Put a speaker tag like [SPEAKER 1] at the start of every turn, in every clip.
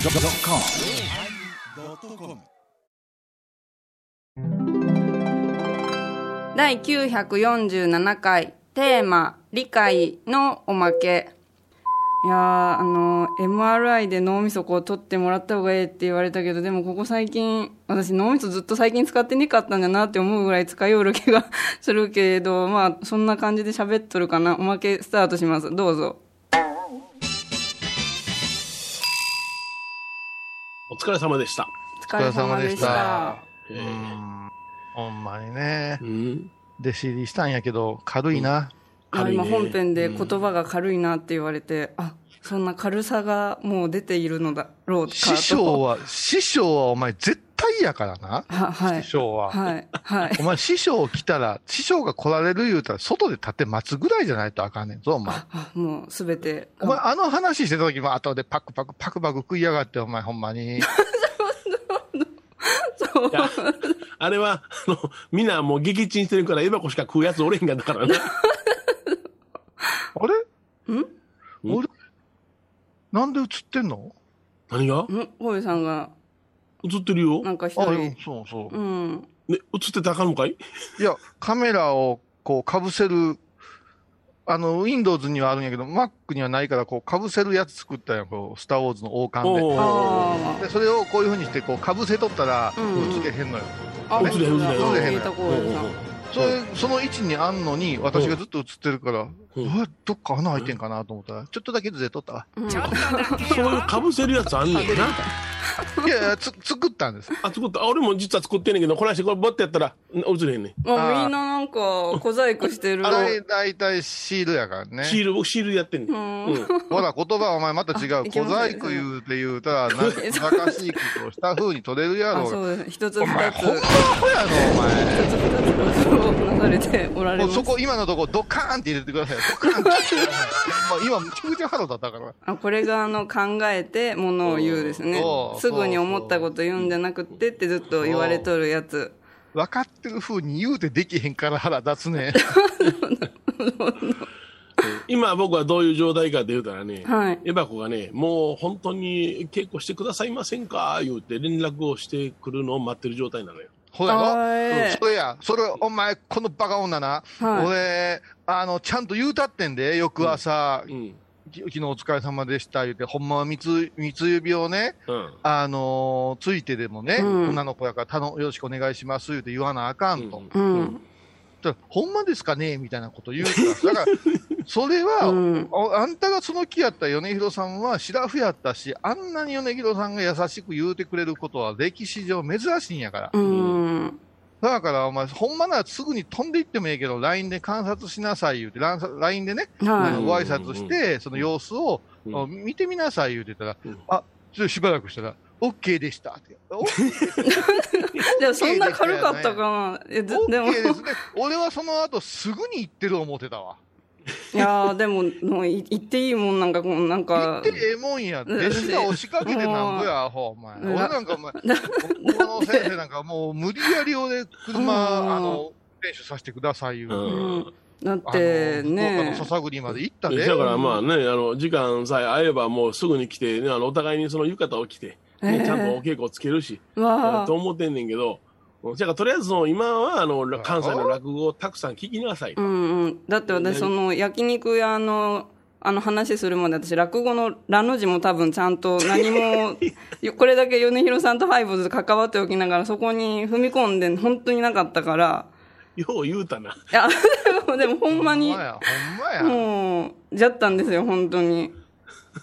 [SPEAKER 1] YONNIRI.com
[SPEAKER 2] 第947回テーマ「理解」のおまけいやーあの MRI で脳みそこう取ってもらった方がええって言われたけどでもここ最近私脳みそずっと最近使ってねかったんだなって思うぐらい使いよる気が するけどまあそんな感じで喋っとるかなおまけスタートしますどうぞ
[SPEAKER 3] お疲れ様でした。
[SPEAKER 2] お
[SPEAKER 4] 疲れ様でした
[SPEAKER 3] え
[SPEAKER 4] う
[SPEAKER 3] ー
[SPEAKER 4] んほんまにね
[SPEAKER 3] う。ん。
[SPEAKER 4] 弟子入りしたんやけど、軽いな。
[SPEAKER 2] まあ
[SPEAKER 3] 軽いね
[SPEAKER 2] 今本編で言葉が軽いなって言われて、あそんな軽さがもう出ているのだろうかと
[SPEAKER 4] 師匠は、師匠はお前絶対やからな。
[SPEAKER 2] ははい
[SPEAKER 4] 師匠は。
[SPEAKER 2] はいはい
[SPEAKER 4] お前師匠来たら、師匠が来られる言うたら、外で立って待つぐらいじゃないとあかんねんぞ、お前。
[SPEAKER 2] あもうすべて
[SPEAKER 4] お前、あの話してた時も後でパクパクパクパク食いやがって、お前ほんまに。
[SPEAKER 2] そう
[SPEAKER 3] いやあれは、あの、みんなもう撃沈してるから、エバコしか食うやつおれへんかったからね。
[SPEAKER 4] あれん俺なんで映ってんの
[SPEAKER 3] 何が
[SPEAKER 2] んホイさんが
[SPEAKER 3] 映ってるよ。
[SPEAKER 2] なんか一
[SPEAKER 4] あ、
[SPEAKER 2] 人
[SPEAKER 4] そうそうう。
[SPEAKER 2] ん
[SPEAKER 3] ね、映ってたらあかんのかい
[SPEAKER 4] いや、カメラをこう被せる、あの、Windows にはあるんやけど、Mac にはないから、こう被せるやつ作ったんや、こう、スターウォーズの王
[SPEAKER 3] お
[SPEAKER 4] 冠
[SPEAKER 2] あ
[SPEAKER 4] で。で、それをこういう風にして、こう、被せとったら
[SPEAKER 2] うん、
[SPEAKER 4] 映ってへんのよ。
[SPEAKER 2] あ
[SPEAKER 3] 映れへん映れへ
[SPEAKER 2] 本
[SPEAKER 3] ん
[SPEAKER 2] 当だ
[SPEAKER 4] 映れへ
[SPEAKER 2] 聞
[SPEAKER 4] ん
[SPEAKER 2] いた
[SPEAKER 3] おう
[SPEAKER 2] ホイさん
[SPEAKER 4] それ、その位置にあんのに、私がずっと映ってるから、
[SPEAKER 3] うん
[SPEAKER 4] うわどっか穴開いてんかなと思ったら、ちょっとだけずれとった。
[SPEAKER 2] うん
[SPEAKER 3] そういうかぶせるやつあんねんな。
[SPEAKER 4] いやいや、つ、 作ったんです。
[SPEAKER 3] あ、作った。あ俺も実は作ってんねんけど、こないしてこれバッてやったら、ん映れへんね
[SPEAKER 2] もうみんななんか小細工してる
[SPEAKER 4] あれ、だいたいシールやから
[SPEAKER 3] ん。シ
[SPEAKER 4] ね。
[SPEAKER 3] ール、僕シールやってんね。
[SPEAKER 2] うんん
[SPEAKER 3] うん。
[SPEAKER 4] ほら、言葉お前また違
[SPEAKER 2] あ
[SPEAKER 4] う。
[SPEAKER 2] いけ
[SPEAKER 4] 小
[SPEAKER 2] ません
[SPEAKER 4] 細工言うて言うたら、なんか、難しいことをした風に取れるや
[SPEAKER 2] あ
[SPEAKER 4] ろうが
[SPEAKER 2] そうです一つ
[SPEAKER 4] お前、
[SPEAKER 2] 二つ
[SPEAKER 4] ほんまアホやの、お前。
[SPEAKER 2] 一つ二つご苦労なされておられ
[SPEAKER 4] も
[SPEAKER 2] ま
[SPEAKER 4] う
[SPEAKER 2] す
[SPEAKER 4] そこ、今のとこ、ドカーンって入れてください。ドカーンって。も う今、めちゃくちゃ腹立ったから。
[SPEAKER 2] あこれがあの考えてものを言うですね
[SPEAKER 4] おう
[SPEAKER 2] すぐに思ったこと言うんじゃなくてってずっと言われとるやつ
[SPEAKER 4] 分かってる風に言うてできへんから腹立つね。
[SPEAKER 3] 今僕はどういう状態かって言うたらね、
[SPEAKER 2] はい
[SPEAKER 3] エバコがね、もう本当に稽古してくださいませんか言うて連絡をしてくるのを待ってる状態なのよ。
[SPEAKER 4] ほや
[SPEAKER 2] あー
[SPEAKER 4] ろ、
[SPEAKER 2] ええ
[SPEAKER 4] うんそれや。それ、お前、このバカ女な。
[SPEAKER 2] はい
[SPEAKER 4] 俺、あの、ちゃんと言うたってんで、翌朝、
[SPEAKER 3] うん。
[SPEAKER 4] き昨日お疲れ様でした、言うて、ほんまは三つ、三つ指をね、
[SPEAKER 3] うん。
[SPEAKER 4] あのーついてでもね、
[SPEAKER 2] うん
[SPEAKER 4] 女の子やから、頼むよろしくお願いします、言うて言わなあかんと。
[SPEAKER 2] うん
[SPEAKER 4] だからほんまですかねみたいなこと言うか ら、だから、それは、
[SPEAKER 2] うん
[SPEAKER 4] ああんたがその気やった米広さんはシラフやったし、あんなに米広さんが優しく言うてくれることは歴史上珍しいんやから。
[SPEAKER 2] うん
[SPEAKER 4] だから、お前、ほんまならすぐに飛んでいってもええけど、LINE で観察しなさい言うて、ランサ LINE でね、あ
[SPEAKER 2] は
[SPEAKER 4] のご挨拶して、その様子を、
[SPEAKER 3] うん
[SPEAKER 4] あ見てみなさい言うてたら、
[SPEAKER 3] うん
[SPEAKER 4] あ、ちょっとしばらくしたら、OK でした って。OK
[SPEAKER 2] いでもそんな軽かったかなえずでも
[SPEAKER 4] OK ですね。俺はその後すぐに行ってる思ってたわ。
[SPEAKER 2] いやーでももうい言っていいもんなんかこうなん
[SPEAKER 4] 言
[SPEAKER 2] か
[SPEAKER 4] ってええもんや。弟子が押しかけてなんぼや、アホ、お前。
[SPEAKER 2] うん
[SPEAKER 4] 俺なんかお前、僕の先生なんかもう無理やり俺、
[SPEAKER 2] うん
[SPEAKER 4] 車、あの、練習させてくださいよ。
[SPEAKER 3] う
[SPEAKER 4] あ
[SPEAKER 3] ん。
[SPEAKER 2] だっ
[SPEAKER 4] の、
[SPEAKER 2] て
[SPEAKER 4] 福岡の
[SPEAKER 2] ね
[SPEAKER 4] 笹栗まで行ったで。
[SPEAKER 3] だからまあね、あの、時間さえ合えばもうすぐに来て、ね、あの、お互いにその浴衣を着て、ね
[SPEAKER 2] ええ
[SPEAKER 3] ちゃんとお稽古をつけるし、
[SPEAKER 2] わ
[SPEAKER 3] と思ってんねんけど、うんじゃあとりあえずその今はあの、関西の落語をたくさん聞きなさい
[SPEAKER 2] ーう。んうんだって私その焼肉屋のあの話するまで私落語の「ラ」の字も多分ちゃんと何もよこれだけ米広さんとファイボーズ関わっておきながらそこに踏み込んで本当になかったから
[SPEAKER 3] よう言うたな。
[SPEAKER 2] いやでもでもほんま
[SPEAKER 4] ほん
[SPEAKER 2] に
[SPEAKER 4] まや、ほんまや。
[SPEAKER 2] もう、じゃったんですよ、本当に。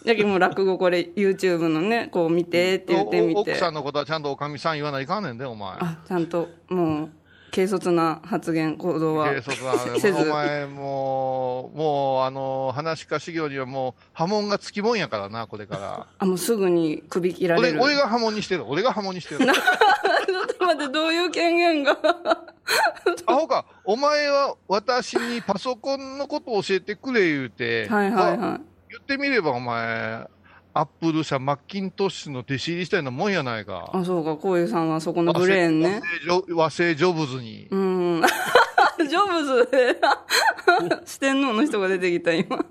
[SPEAKER 2] だけどもう落語これ YouTube のね、こう見てって言って
[SPEAKER 4] お
[SPEAKER 2] み
[SPEAKER 4] 奥
[SPEAKER 2] て。
[SPEAKER 4] さんのことはちゃんとおかみさん言わないかんねんで、お前。
[SPEAKER 2] あ、ちゃんと、もう、軽率な発言、行動は。
[SPEAKER 4] 軽率な
[SPEAKER 2] せず
[SPEAKER 4] お前もう、もう、あの、話し家修行にはもう、波紋がつきもんやからな、これから。
[SPEAKER 2] あ、もうすぐに首切られ
[SPEAKER 4] 俺、
[SPEAKER 2] る。
[SPEAKER 4] 俺が波紋にしてる、俺が波紋にしてる。
[SPEAKER 2] ちょっと 待って、どういう権限が。
[SPEAKER 4] アホか、お前は私にパソコンのことを教えてくれ言うて、
[SPEAKER 2] はいはい
[SPEAKER 4] まあ
[SPEAKER 2] は
[SPEAKER 4] 言ってみればお前、アップル社マッキントッシュの弟子入りしたようなもんやない
[SPEAKER 2] い。
[SPEAKER 4] か。
[SPEAKER 2] あ、そうか、こういうさんはそこのブレーンね。
[SPEAKER 4] 和製和製ジョブズに。
[SPEAKER 2] うん。 ジョブズ四天王の人が出てきた、今。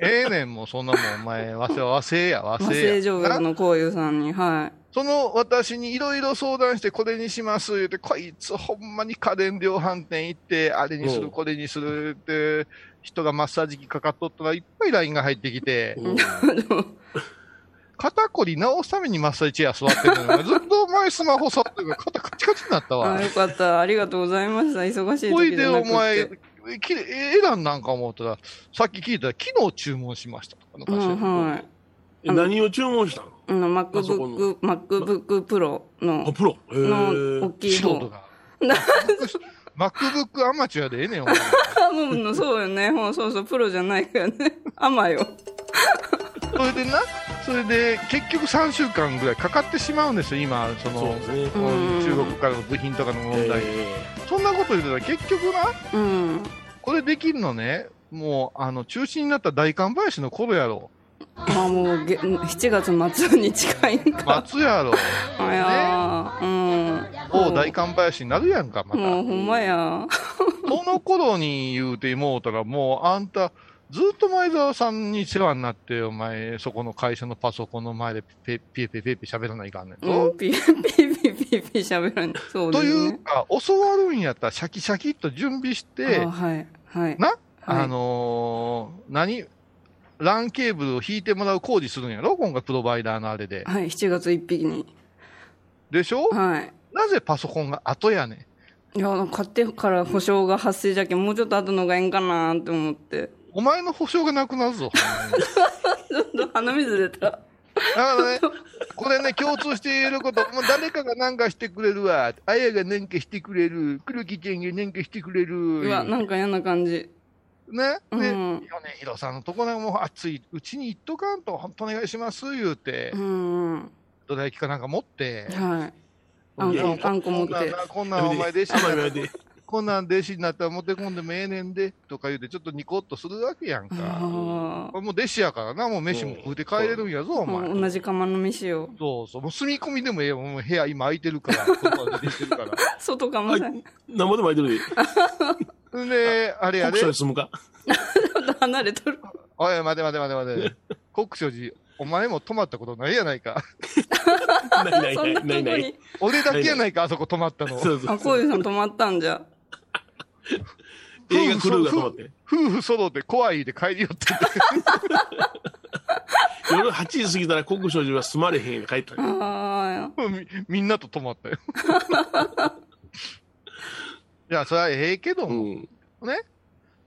[SPEAKER 4] ええねん、もうそんなもん、お前、わせ和製や、和
[SPEAKER 2] 和
[SPEAKER 4] 製
[SPEAKER 2] 製
[SPEAKER 4] や。
[SPEAKER 2] 上部
[SPEAKER 4] な
[SPEAKER 2] のこういうさんに、は
[SPEAKER 4] その私にいろいろ相談して、これにします言って、こいつ、ほんまに家電量販店行って、あれにす
[SPEAKER 3] う
[SPEAKER 4] る、
[SPEAKER 3] ん
[SPEAKER 4] これにするって、人がマッサージ機かかっとったら、いっぱい LINE が入ってきて、
[SPEAKER 3] うん
[SPEAKER 4] 肩こり直すためにマッサージチェア座ってるのに、ずっとお前スマホ触ってるから、肩カチカチになった
[SPEAKER 2] い。
[SPEAKER 4] わ
[SPEAKER 2] あ、。よかった。ありがとうございました。忙しい
[SPEAKER 4] ほ
[SPEAKER 2] 時
[SPEAKER 4] い
[SPEAKER 2] じ
[SPEAKER 4] で、
[SPEAKER 2] ゃな
[SPEAKER 4] お
[SPEAKER 2] く
[SPEAKER 4] 前
[SPEAKER 2] て。、
[SPEAKER 4] きええなんなんか思ったら、さっき聞いたら、昨日注文しましたとかのかしら
[SPEAKER 2] うん、はい。
[SPEAKER 3] え何を注文したの
[SPEAKER 2] あの、
[SPEAKER 3] パソコン
[SPEAKER 2] MacBook、MacBook Pro
[SPEAKER 3] あ、
[SPEAKER 2] の、
[SPEAKER 3] プロ。え
[SPEAKER 2] の大
[SPEAKER 3] ー、
[SPEAKER 2] きい
[SPEAKER 4] 素人
[SPEAKER 2] 方。
[SPEAKER 4] が。MacBook アマチュアでええねん、お前。
[SPEAKER 2] あ、もうの、そうよね。ほうそうそう、プロじゃないからね。 甘よ。
[SPEAKER 4] それでな、それで結局3週間ぐらいかかってしまうんですよ、今、
[SPEAKER 3] そ
[SPEAKER 4] そ
[SPEAKER 3] う
[SPEAKER 4] の
[SPEAKER 3] ですね。
[SPEAKER 2] うん
[SPEAKER 4] 中国からの部品とかの問題、
[SPEAKER 3] え
[SPEAKER 4] そんなこと言ってたら、結局な、
[SPEAKER 2] うん。
[SPEAKER 4] これできるのね、もうあの中止になった大寒林の頃やろ、
[SPEAKER 2] まあもうげ、7月末に 近いんか。
[SPEAKER 4] 松やろ、
[SPEAKER 2] あ
[SPEAKER 4] ね、
[SPEAKER 2] やー、うん。
[SPEAKER 4] もう大寒林になるやんか、また。
[SPEAKER 2] もうほんまや。
[SPEAKER 4] その頃に言うてもうたら、もうあんた、ずっと前澤さんに世話になって、お前、そこの会社のパソコンの前でペッピエペペペ喋らないかんねん
[SPEAKER 2] う
[SPEAKER 4] と。
[SPEAKER 2] ん、ピーピーピーピーピー喋らん。そうで
[SPEAKER 4] と
[SPEAKER 2] す
[SPEAKER 4] い
[SPEAKER 2] ね。
[SPEAKER 4] うか、教わるんやったら、シャキシャキっと準備して
[SPEAKER 2] あ、はい、はい。
[SPEAKER 4] な、
[SPEAKER 2] はい
[SPEAKER 4] あのー何、ランケーブルを引いてもらう工事するんやろ、今回、プロバイダーのあれで。
[SPEAKER 2] はい、7月1日に。
[SPEAKER 4] でしょ、
[SPEAKER 2] はい。
[SPEAKER 4] なぜパソコンが後やねん。
[SPEAKER 2] いや、買ってから保証が発生じゃけん、もうちょっと後のがええんかなーって思って。
[SPEAKER 4] お前の保証がなくなるぞ。ほんまに
[SPEAKER 2] ちょっと鼻水出た。
[SPEAKER 4] だからね、これね、共通して言えること、もう誰かが何かしてくれるわ、あやが何かしてくれる、黒木ちゃんが何かしてくれ
[SPEAKER 2] う
[SPEAKER 4] る、
[SPEAKER 2] わ、なんか嫌な感じ。
[SPEAKER 4] ね、
[SPEAKER 2] う
[SPEAKER 4] で、
[SPEAKER 2] ん
[SPEAKER 4] 米広さんのところもう熱いうちに行っとかんと、本当お願いします、言うて
[SPEAKER 2] う、んうん。
[SPEAKER 4] どら焼きかなんか持って、
[SPEAKER 2] はい。あ
[SPEAKER 3] いやい
[SPEAKER 2] ん
[SPEAKER 3] や
[SPEAKER 2] こ、あんこ持っ
[SPEAKER 4] こんなん
[SPEAKER 2] て
[SPEAKER 4] な。こん
[SPEAKER 3] ー
[SPEAKER 4] なんお前弟 子
[SPEAKER 3] 甘
[SPEAKER 4] になった
[SPEAKER 3] い甘いで
[SPEAKER 4] こんなん弟子になったら持ってこんでもええねんでとか言うて、ちょっとニコッとするわけやんか。
[SPEAKER 2] あ
[SPEAKER 4] これもう弟子やからな、もう飯も食うて帰れるんやぞ、お
[SPEAKER 2] あ。も
[SPEAKER 4] 前。
[SPEAKER 2] う同じ釜の飯を。
[SPEAKER 4] そうそう、もう住み込みでもええよ、もう部屋今空いてるから、ここは出てきてるから。
[SPEAKER 2] 外釜
[SPEAKER 3] は
[SPEAKER 2] さん。
[SPEAKER 3] い、生で巻いてるで。
[SPEAKER 4] んで、あれや
[SPEAKER 3] 国
[SPEAKER 4] で
[SPEAKER 3] 書、に住むか。
[SPEAKER 2] ちょっと離れとる。
[SPEAKER 4] おい、待て待て待て待て。 国書寺、お前も泊まったことないやないか。
[SPEAKER 3] ないない
[SPEAKER 2] そんなと
[SPEAKER 3] ない
[SPEAKER 2] こ
[SPEAKER 3] ないない
[SPEAKER 2] に。。
[SPEAKER 4] 俺だけやないか、あそこ泊まったの。
[SPEAKER 3] そうそ
[SPEAKER 2] あ、
[SPEAKER 3] う。
[SPEAKER 2] こういうさん止まったんじゃ。
[SPEAKER 3] 映画クルーが止まって。
[SPEAKER 4] 夫婦揃って怖いで帰りよって。
[SPEAKER 3] 夜8時過ぎたら国書寺は住まれへん帰ったの。
[SPEAKER 2] あ
[SPEAKER 4] みみんなと泊ま ったよ。いや、それはええけど
[SPEAKER 3] う
[SPEAKER 4] も、
[SPEAKER 3] ん。
[SPEAKER 4] ね。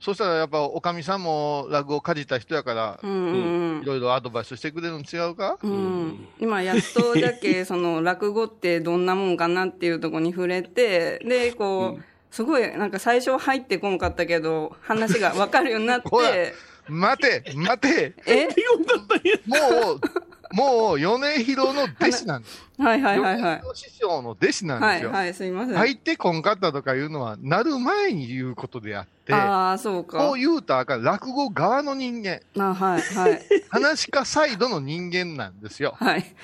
[SPEAKER 4] そしたらやっぱ、おかみさんも落語をかじった人やから
[SPEAKER 2] あ。う、んうん
[SPEAKER 4] い。ろいろアドバイスしてくれるの違うか、
[SPEAKER 2] うん、今やっとだけその落語ってどんなもんかなっていうところに触れてでこう、すごいなんか最初入ってこんかったけど話が分かるようになっ
[SPEAKER 4] ほら
[SPEAKER 2] て
[SPEAKER 4] 待て待て
[SPEAKER 2] え
[SPEAKER 3] 手をだったんや。
[SPEAKER 4] もう、もう、米広の弟子なんです。
[SPEAKER 2] はいはいはいはい
[SPEAKER 4] 米広師匠の弟子なんで
[SPEAKER 2] は
[SPEAKER 4] す
[SPEAKER 2] い
[SPEAKER 4] よ。
[SPEAKER 2] はいすいません、
[SPEAKER 4] 入ってこんかったとかいうのは、なる前に言うことであって、
[SPEAKER 2] ああそうか
[SPEAKER 4] こう言うたらあかん、落語側の人間、
[SPEAKER 2] あはいはい
[SPEAKER 4] 話し家サイドの人間なんですよ。
[SPEAKER 2] はい、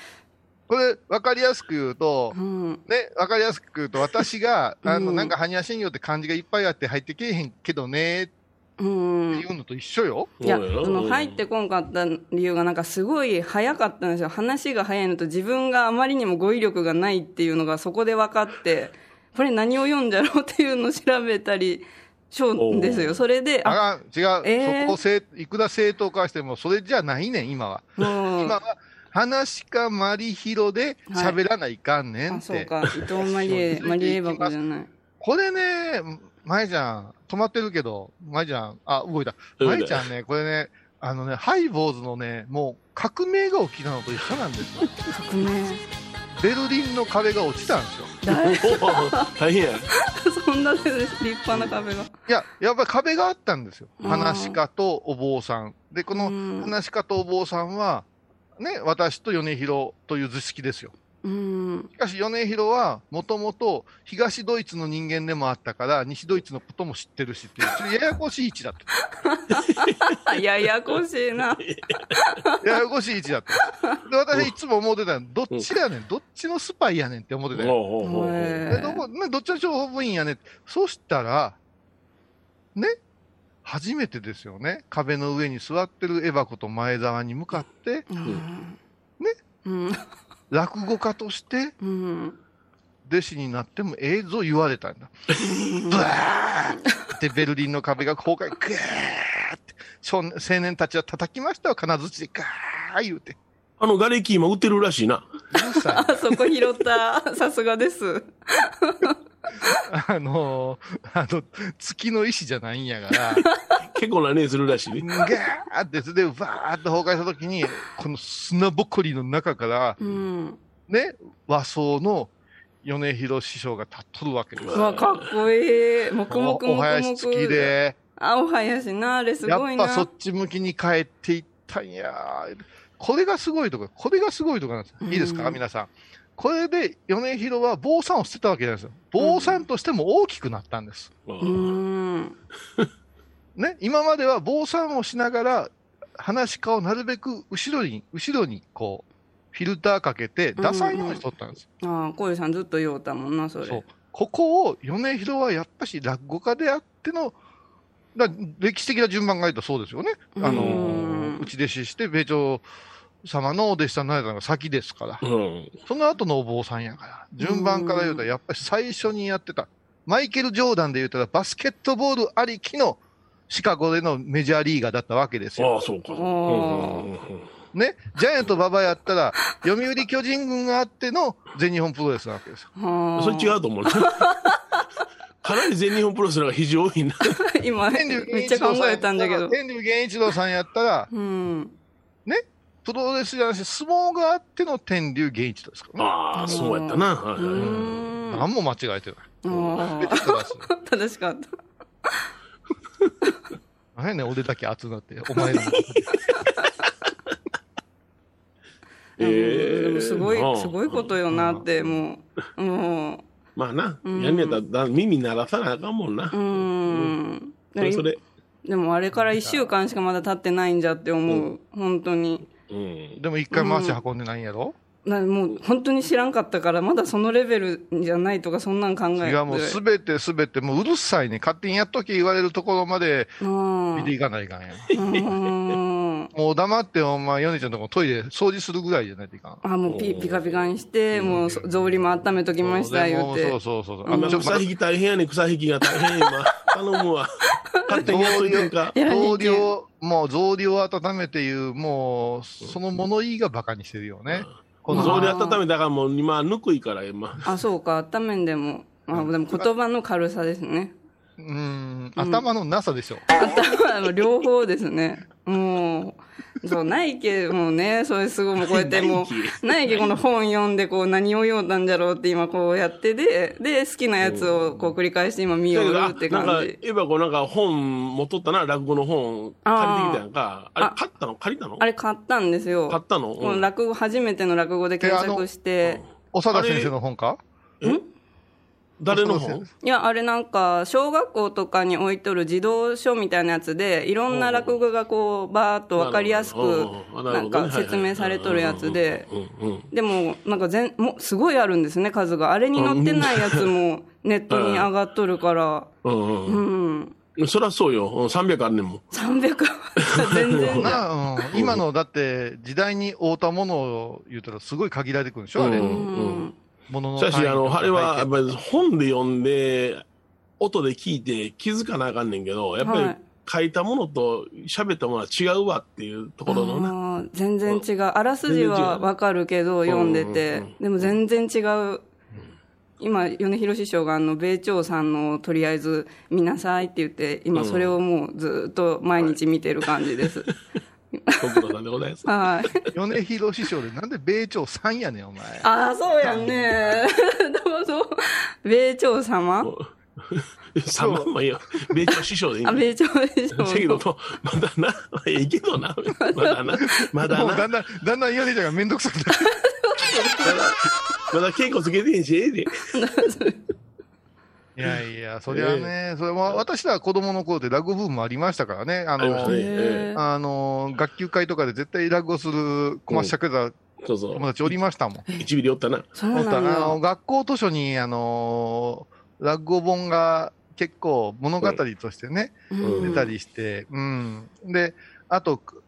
[SPEAKER 4] これ、わかりやすく言うと
[SPEAKER 2] う、ん、
[SPEAKER 4] ね、わかりやすく言うと、私が、あ の、
[SPEAKER 2] うん
[SPEAKER 4] なんか、般若心経って漢字がいっぱいあって入ってけえへんけどね、って
[SPEAKER 2] うん
[SPEAKER 4] いうのと一緒よ。
[SPEAKER 2] いや
[SPEAKER 3] そうろ
[SPEAKER 2] その入ってこんかった理由がなんかすごい早かったんですよ話が早いのと自分があまりにも語彙力がないっていうのがそこで分かってこれ何を読んじゃろうっていうのを調べたりしょうんです
[SPEAKER 3] お
[SPEAKER 2] よ
[SPEAKER 3] う
[SPEAKER 2] それであ
[SPEAKER 4] あかん、違う、
[SPEAKER 2] えー
[SPEAKER 4] そこを正いくら正当化しても、それじゃないねん、今は。
[SPEAKER 2] もう
[SPEAKER 4] 今は、話かまりひろで喋らないかんねん
[SPEAKER 2] あ
[SPEAKER 4] っ
[SPEAKER 2] そう
[SPEAKER 4] て。
[SPEAKER 2] か伊藤マリエマリエ箱じゃない
[SPEAKER 4] これね、まえちゃん、止まってるけど、まえちゃん、あ、動いた。
[SPEAKER 3] 動いた
[SPEAKER 4] まえちゃんね、これね、あのね、ハイボーズのね、もう革命が起きたのと一緒なんですよ。
[SPEAKER 2] 革命
[SPEAKER 4] ベルリンの壁が落ちたんですよ。
[SPEAKER 2] 誰
[SPEAKER 3] おー大変や。
[SPEAKER 2] そんな立派な壁が
[SPEAKER 4] いや、やっぱり壁があったんですよ。
[SPEAKER 2] うん
[SPEAKER 4] 話し家とお坊さん。で、こ
[SPEAKER 2] う
[SPEAKER 4] の
[SPEAKER 2] ん
[SPEAKER 4] 話し家とお坊さんは、ね、私と米広という図式ですよ。
[SPEAKER 2] うん
[SPEAKER 4] しかし米広は、もともと東ドイツの人間でもあったから、西ドイツのことも知ってるしっていう、ちょっとややこしい位置だった。
[SPEAKER 2] あややこしいな
[SPEAKER 4] ややこしい位置だった。で、私いつも思ってたのどっちやねん、どっちのスパイやねんって思ってたよ。
[SPEAKER 3] おうおうおうおう
[SPEAKER 2] へ
[SPEAKER 4] でどこね、どっちの情報部員やねん。そしたら、ね、初めてですよね。壁の上に座ってるエバコと前澤に向かって、
[SPEAKER 2] うん
[SPEAKER 4] ね
[SPEAKER 2] うん
[SPEAKER 4] 落語家として
[SPEAKER 2] うん
[SPEAKER 4] 弟子になってもええぞ言われたんだ。ブワーってベルリンの壁が崩壊、グーって少年、青年たちは叩きましたわ、金槌でガー言うて。
[SPEAKER 3] あの、瓦礫今売ってるらしいな。
[SPEAKER 4] 10歳
[SPEAKER 2] あそこ拾った さすがです
[SPEAKER 4] あのあの、月の石じゃないんやから、
[SPEAKER 3] 結構な値するらしいね。
[SPEAKER 4] ガーって、それで、わーって崩壊したときに、この砂ぼこりの中から、
[SPEAKER 2] うん
[SPEAKER 4] ね、和装の米広師匠が立っとるわけです
[SPEAKER 2] う。わかっこいい黙々
[SPEAKER 4] おお
[SPEAKER 2] 黙
[SPEAKER 4] 囃
[SPEAKER 2] 々
[SPEAKER 4] 子付きで、
[SPEAKER 2] あおはやしなあれす
[SPEAKER 4] や
[SPEAKER 2] ごい
[SPEAKER 4] っ
[SPEAKER 2] な
[SPEAKER 4] ぱそっち向きに帰っていったんや。これがすごいとこ、これがすごいとこなんですよ。いいですか、
[SPEAKER 2] うん
[SPEAKER 4] 皆さん。これで米広は坊さんを捨てたわけじゃないですよ。坊さんとしても大きくなったんです。
[SPEAKER 2] うーん
[SPEAKER 4] ね、今までは坊さんをしながら、話し家をなるべく後ろに、後ろにこう、フィルターかけて出さんようにしとったんです。
[SPEAKER 2] ああ、こういうさんずっと言おうたもんな、それ。
[SPEAKER 4] そうここを米広はやっぱし落語家であっての、だ歴史的な順番が言うとそうですよね。あの
[SPEAKER 2] うん
[SPEAKER 4] うち弟子して、米朝様のお弟子さんになれたのが先ですから、
[SPEAKER 3] うん。
[SPEAKER 4] その後のお坊さんやから、順番から言うと、やっぱり最初にやってた、マイケル・ジョーダンで言うたら、バスケットボールありきのシカゴでのメジャーリーガーだったわけですよ。
[SPEAKER 3] ああ、そうか。
[SPEAKER 2] おー
[SPEAKER 3] うんうんうんうん
[SPEAKER 4] ね、ジャイアント・馬場やったら、読売巨人軍があっての全日本プロレスなわけですよ。
[SPEAKER 2] はあ
[SPEAKER 3] それ違うと 思う。かなり全日本プロレスの方が非常にな。
[SPEAKER 2] 今、めっちゃ考えたんだけど。
[SPEAKER 4] 天竜源一郎さんやったら、
[SPEAKER 2] うん。
[SPEAKER 4] プロレスじゃなくて、相撲があっての天竜源一郎ですからね。
[SPEAKER 3] ああ、そうやったな。は
[SPEAKER 2] う
[SPEAKER 3] いはいはい
[SPEAKER 2] ーん。あ
[SPEAKER 4] 何も間違えてない。
[SPEAKER 2] あ、正しかった。
[SPEAKER 4] 何やねん、俺だけ熱なって、お 前らも。
[SPEAKER 3] ええ
[SPEAKER 2] でもすごい
[SPEAKER 3] うん、
[SPEAKER 2] すごいことよなって、もう。も
[SPEAKER 3] まあな、
[SPEAKER 2] うん
[SPEAKER 3] やんねやったらだ耳鳴らさなあかんもんな。
[SPEAKER 2] う、うーん。
[SPEAKER 3] それそれ。
[SPEAKER 2] でもあれから1週間しかまだ経ってないんじゃって思う。本当に。
[SPEAKER 3] うん。
[SPEAKER 4] でも一回も足運んでないんやろ、
[SPEAKER 2] なもう本当に知らんかったから、まだそのレベルじゃないとか、そんなん考え
[SPEAKER 4] 違
[SPEAKER 2] て。
[SPEAKER 4] う、もうすべてすべて、もううるさいね、勝手にやっとき言われるところまで
[SPEAKER 2] うん
[SPEAKER 4] 見ていかないかんや。
[SPEAKER 2] うん
[SPEAKER 4] もう黙って、お前、ヨネちゃんのとこトイレ掃除するぐらいじゃないといかん。
[SPEAKER 2] あ、もうピピカピカにして、もうそ草履も温めときました、
[SPEAKER 4] で
[SPEAKER 2] 言
[SPEAKER 4] も
[SPEAKER 2] う
[SPEAKER 4] うそう
[SPEAKER 2] て。
[SPEAKER 4] そうそうそう。
[SPEAKER 3] 今、
[SPEAKER 4] ちょっと
[SPEAKER 3] 草引き大変やね草引きが大変今。頼むわ。勝手にやっといてんか。
[SPEAKER 2] やら
[SPEAKER 4] 増
[SPEAKER 2] にけん
[SPEAKER 4] 量、もう増量を温めていう、もう、その物言いがバカにしてるよね。こ
[SPEAKER 3] 草
[SPEAKER 4] の
[SPEAKER 3] 履温めたからもう今、ぬくいから今。
[SPEAKER 2] あ、そうか、温めんでも。あ、でも言葉の軽さですね。
[SPEAKER 4] うーん、頭のなさでしょ。
[SPEAKER 2] 頭の両方ですね。もう、そう、ないけ、もうね、それすごい、もうこうやって もう、ないけ、この本読んで、こう、何を読んだんじゃろうって今こうやってで、で、好きなやつをこう繰り返して今見よう
[SPEAKER 3] だ
[SPEAKER 2] って
[SPEAKER 3] けどあなん
[SPEAKER 2] 感
[SPEAKER 3] か、
[SPEAKER 2] じ
[SPEAKER 3] エ。ヴァ子なんか本持っとったな、落語の本借りてきたやんか。あれ
[SPEAKER 2] あ、
[SPEAKER 3] 買ったの借りたの
[SPEAKER 2] あれ買ったんですよ。
[SPEAKER 3] 買ったの
[SPEAKER 2] この落語、初めての落語で検索して。
[SPEAKER 4] 長田先生の本か
[SPEAKER 3] 誰の本
[SPEAKER 2] いや、あれなんか、小学校とかに置いとる児童書みたいなやつで、いろんな落語がこう、ばーっとわかりやすく、なんか説明されとるやつで、
[SPEAKER 3] うんうんうん
[SPEAKER 2] でも、なんか全、もうすごいあるんですね、数が。あれに載ってないやつもネットに上がっとるから、
[SPEAKER 3] うんうんうん
[SPEAKER 2] うん。
[SPEAKER 3] うんそりゃそうようん300あんねんもん
[SPEAKER 2] 300、全然だ。
[SPEAKER 4] なあ、うん今の、だって、時代に合うたものを言うたら、すごい限られてくるんでしょ、あれ。
[SPEAKER 3] う
[SPEAKER 2] うんん。
[SPEAKER 4] ものの
[SPEAKER 3] しかしあ
[SPEAKER 4] と
[SPEAKER 3] の
[SPEAKER 4] か
[SPEAKER 3] あれはやっぱり本で読んで音で聞いて気づかなあかんねんけどやっ
[SPEAKER 2] は
[SPEAKER 3] ぱ
[SPEAKER 2] い
[SPEAKER 3] り書いたものと喋ったものは違うわっていうところのな
[SPEAKER 2] あー全然違う。あらすじはわかるけど、読んで
[SPEAKER 3] う
[SPEAKER 2] て
[SPEAKER 3] ん。
[SPEAKER 2] でも全然違う。今、米広師匠があの、米朝さんのをとりあえず見なさいって言って、今それをもうずーっと毎日見てる感じです。
[SPEAKER 3] ご苦労さんでございます
[SPEAKER 2] はい。
[SPEAKER 4] 米広師匠で、なんで米朝さんやねん、お前。
[SPEAKER 2] ああ、そうやんね。どうぞ。米朝様
[SPEAKER 3] 3万もいいよ米朝師匠でいい
[SPEAKER 2] あ、
[SPEAKER 3] ね
[SPEAKER 2] 米朝師匠
[SPEAKER 3] せやけどとまだなええけど なまだなまだ
[SPEAKER 4] も
[SPEAKER 3] な
[SPEAKER 4] うだんだん、だんだんヨネちゃんがめんどくさくなって
[SPEAKER 3] まだ稽古つけてへんしええで
[SPEAKER 4] いやいや、そりゃね、それは私ら子供の頃って落語ブームありましたからね、あ
[SPEAKER 3] ありま
[SPEAKER 4] の、
[SPEAKER 3] したね
[SPEAKER 2] へ
[SPEAKER 3] え
[SPEAKER 4] あの、学級会とかで絶対落語する小松尺座
[SPEAKER 3] えそうそう
[SPEAKER 4] 友達おりましたもん。
[SPEAKER 3] 1ミリおったな
[SPEAKER 2] そう
[SPEAKER 4] あ
[SPEAKER 2] なんだ。
[SPEAKER 4] の、学校図書に、あの、落語本が結構物語としてね、
[SPEAKER 3] うん
[SPEAKER 4] 出たりして、うん。で、あと、く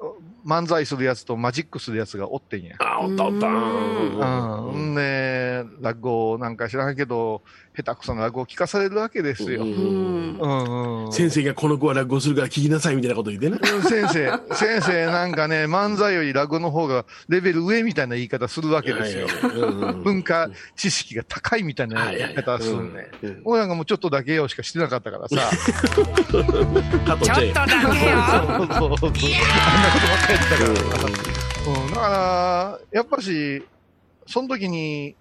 [SPEAKER 4] 漫才するやつとマジックするやつがおってんや。
[SPEAKER 3] あ、おったおった。
[SPEAKER 4] うん。
[SPEAKER 3] うん
[SPEAKER 4] んで、落語なんか知らんけど、下手くそな落語を聞かされるわけですよ。
[SPEAKER 2] うん
[SPEAKER 4] うんうん。
[SPEAKER 3] 先生がこの子は落語するから聞きなさいみたいなこと言ってね。
[SPEAKER 4] うん先生、先生なんかね、漫才より落語の方がレベル上みたいな言い方するわけですよ。
[SPEAKER 3] 文
[SPEAKER 4] 文化知識が高いみたいな言い方するね。俺なんかもうちょっとだけよしかしてなかったからさ。
[SPEAKER 3] 加藤
[SPEAKER 1] ちょ
[SPEAKER 3] 茶
[SPEAKER 1] っとだけ よ
[SPEAKER 4] そうそうそう。あんなことばっかり言ってたから。うん、だから、やっぱし、その時に、